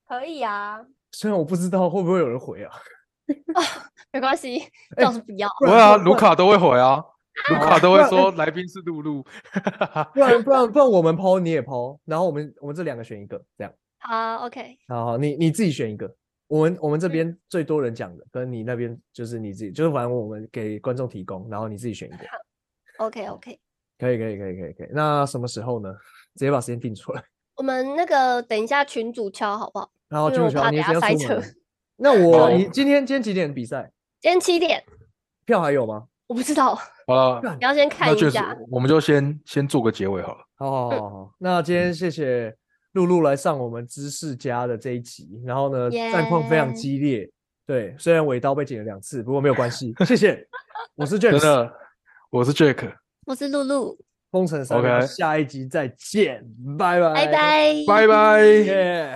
Speaker 3: 可以啊，
Speaker 1: 虽然我不知道会不会有人回啊。
Speaker 3: 没关系，
Speaker 1: 哎
Speaker 3: 倒是不要。
Speaker 1: 不
Speaker 2: 不会
Speaker 1: 然
Speaker 2: 啊，
Speaker 1: 不
Speaker 2: 卢
Speaker 1: 然
Speaker 2: 卡都会回 啊，卢卡都
Speaker 1: 不
Speaker 2: 会
Speaker 1: 然哎
Speaker 2: 说来宾是露露。
Speaker 1: 不然不然不然我们抛你也抛，然后我们我们这两个选一个，这样。
Speaker 3: 好，OK，
Speaker 1: 好好，你你自己选一个。我们我们这
Speaker 2: 嗯
Speaker 1: 边最多人讲的，跟你那边就是你自己，就是反正我们给观众提供，然后你自己选一个。
Speaker 3: OK OK，
Speaker 1: 可以可以可以可以可以。那什么时候呢？直接把时间定出来。
Speaker 3: 我们那个等一下群主敲好不好？
Speaker 1: 然后
Speaker 3: 因为
Speaker 1: 就
Speaker 3: 我
Speaker 1: 是
Speaker 3: 怕
Speaker 1: 你
Speaker 3: 等
Speaker 1: 今天
Speaker 3: 下塞
Speaker 1: 要出门
Speaker 3: 车
Speaker 1: 了。 那我
Speaker 2: 好
Speaker 1: 你今天今天几点比赛？
Speaker 3: 今天七点，
Speaker 1: 票还有吗？
Speaker 3: 我不知道，
Speaker 2: 好了，
Speaker 1: 干
Speaker 3: 你要先看
Speaker 2: 那就
Speaker 3: 一
Speaker 2: 是
Speaker 3: 下。
Speaker 2: 我们就先先做个结尾好了。
Speaker 1: 好好
Speaker 3: 嗯
Speaker 1: 好好好，那今天谢谢露露来上我们知识家的这一集，然后呢战况非常
Speaker 3: 耶
Speaker 1: 激烈，对，虽然尾刀被剪了两次，不过没有关 系，谢谢，我是
Speaker 2: 真
Speaker 1: James，
Speaker 2: 的，我是 Jack，
Speaker 3: 我是露露，
Speaker 1: 封城三
Speaker 2: OK
Speaker 1: 下一集再见，拜拜，
Speaker 3: 拜，拜，
Speaker 2: 拜拜。
Speaker 1: 耶。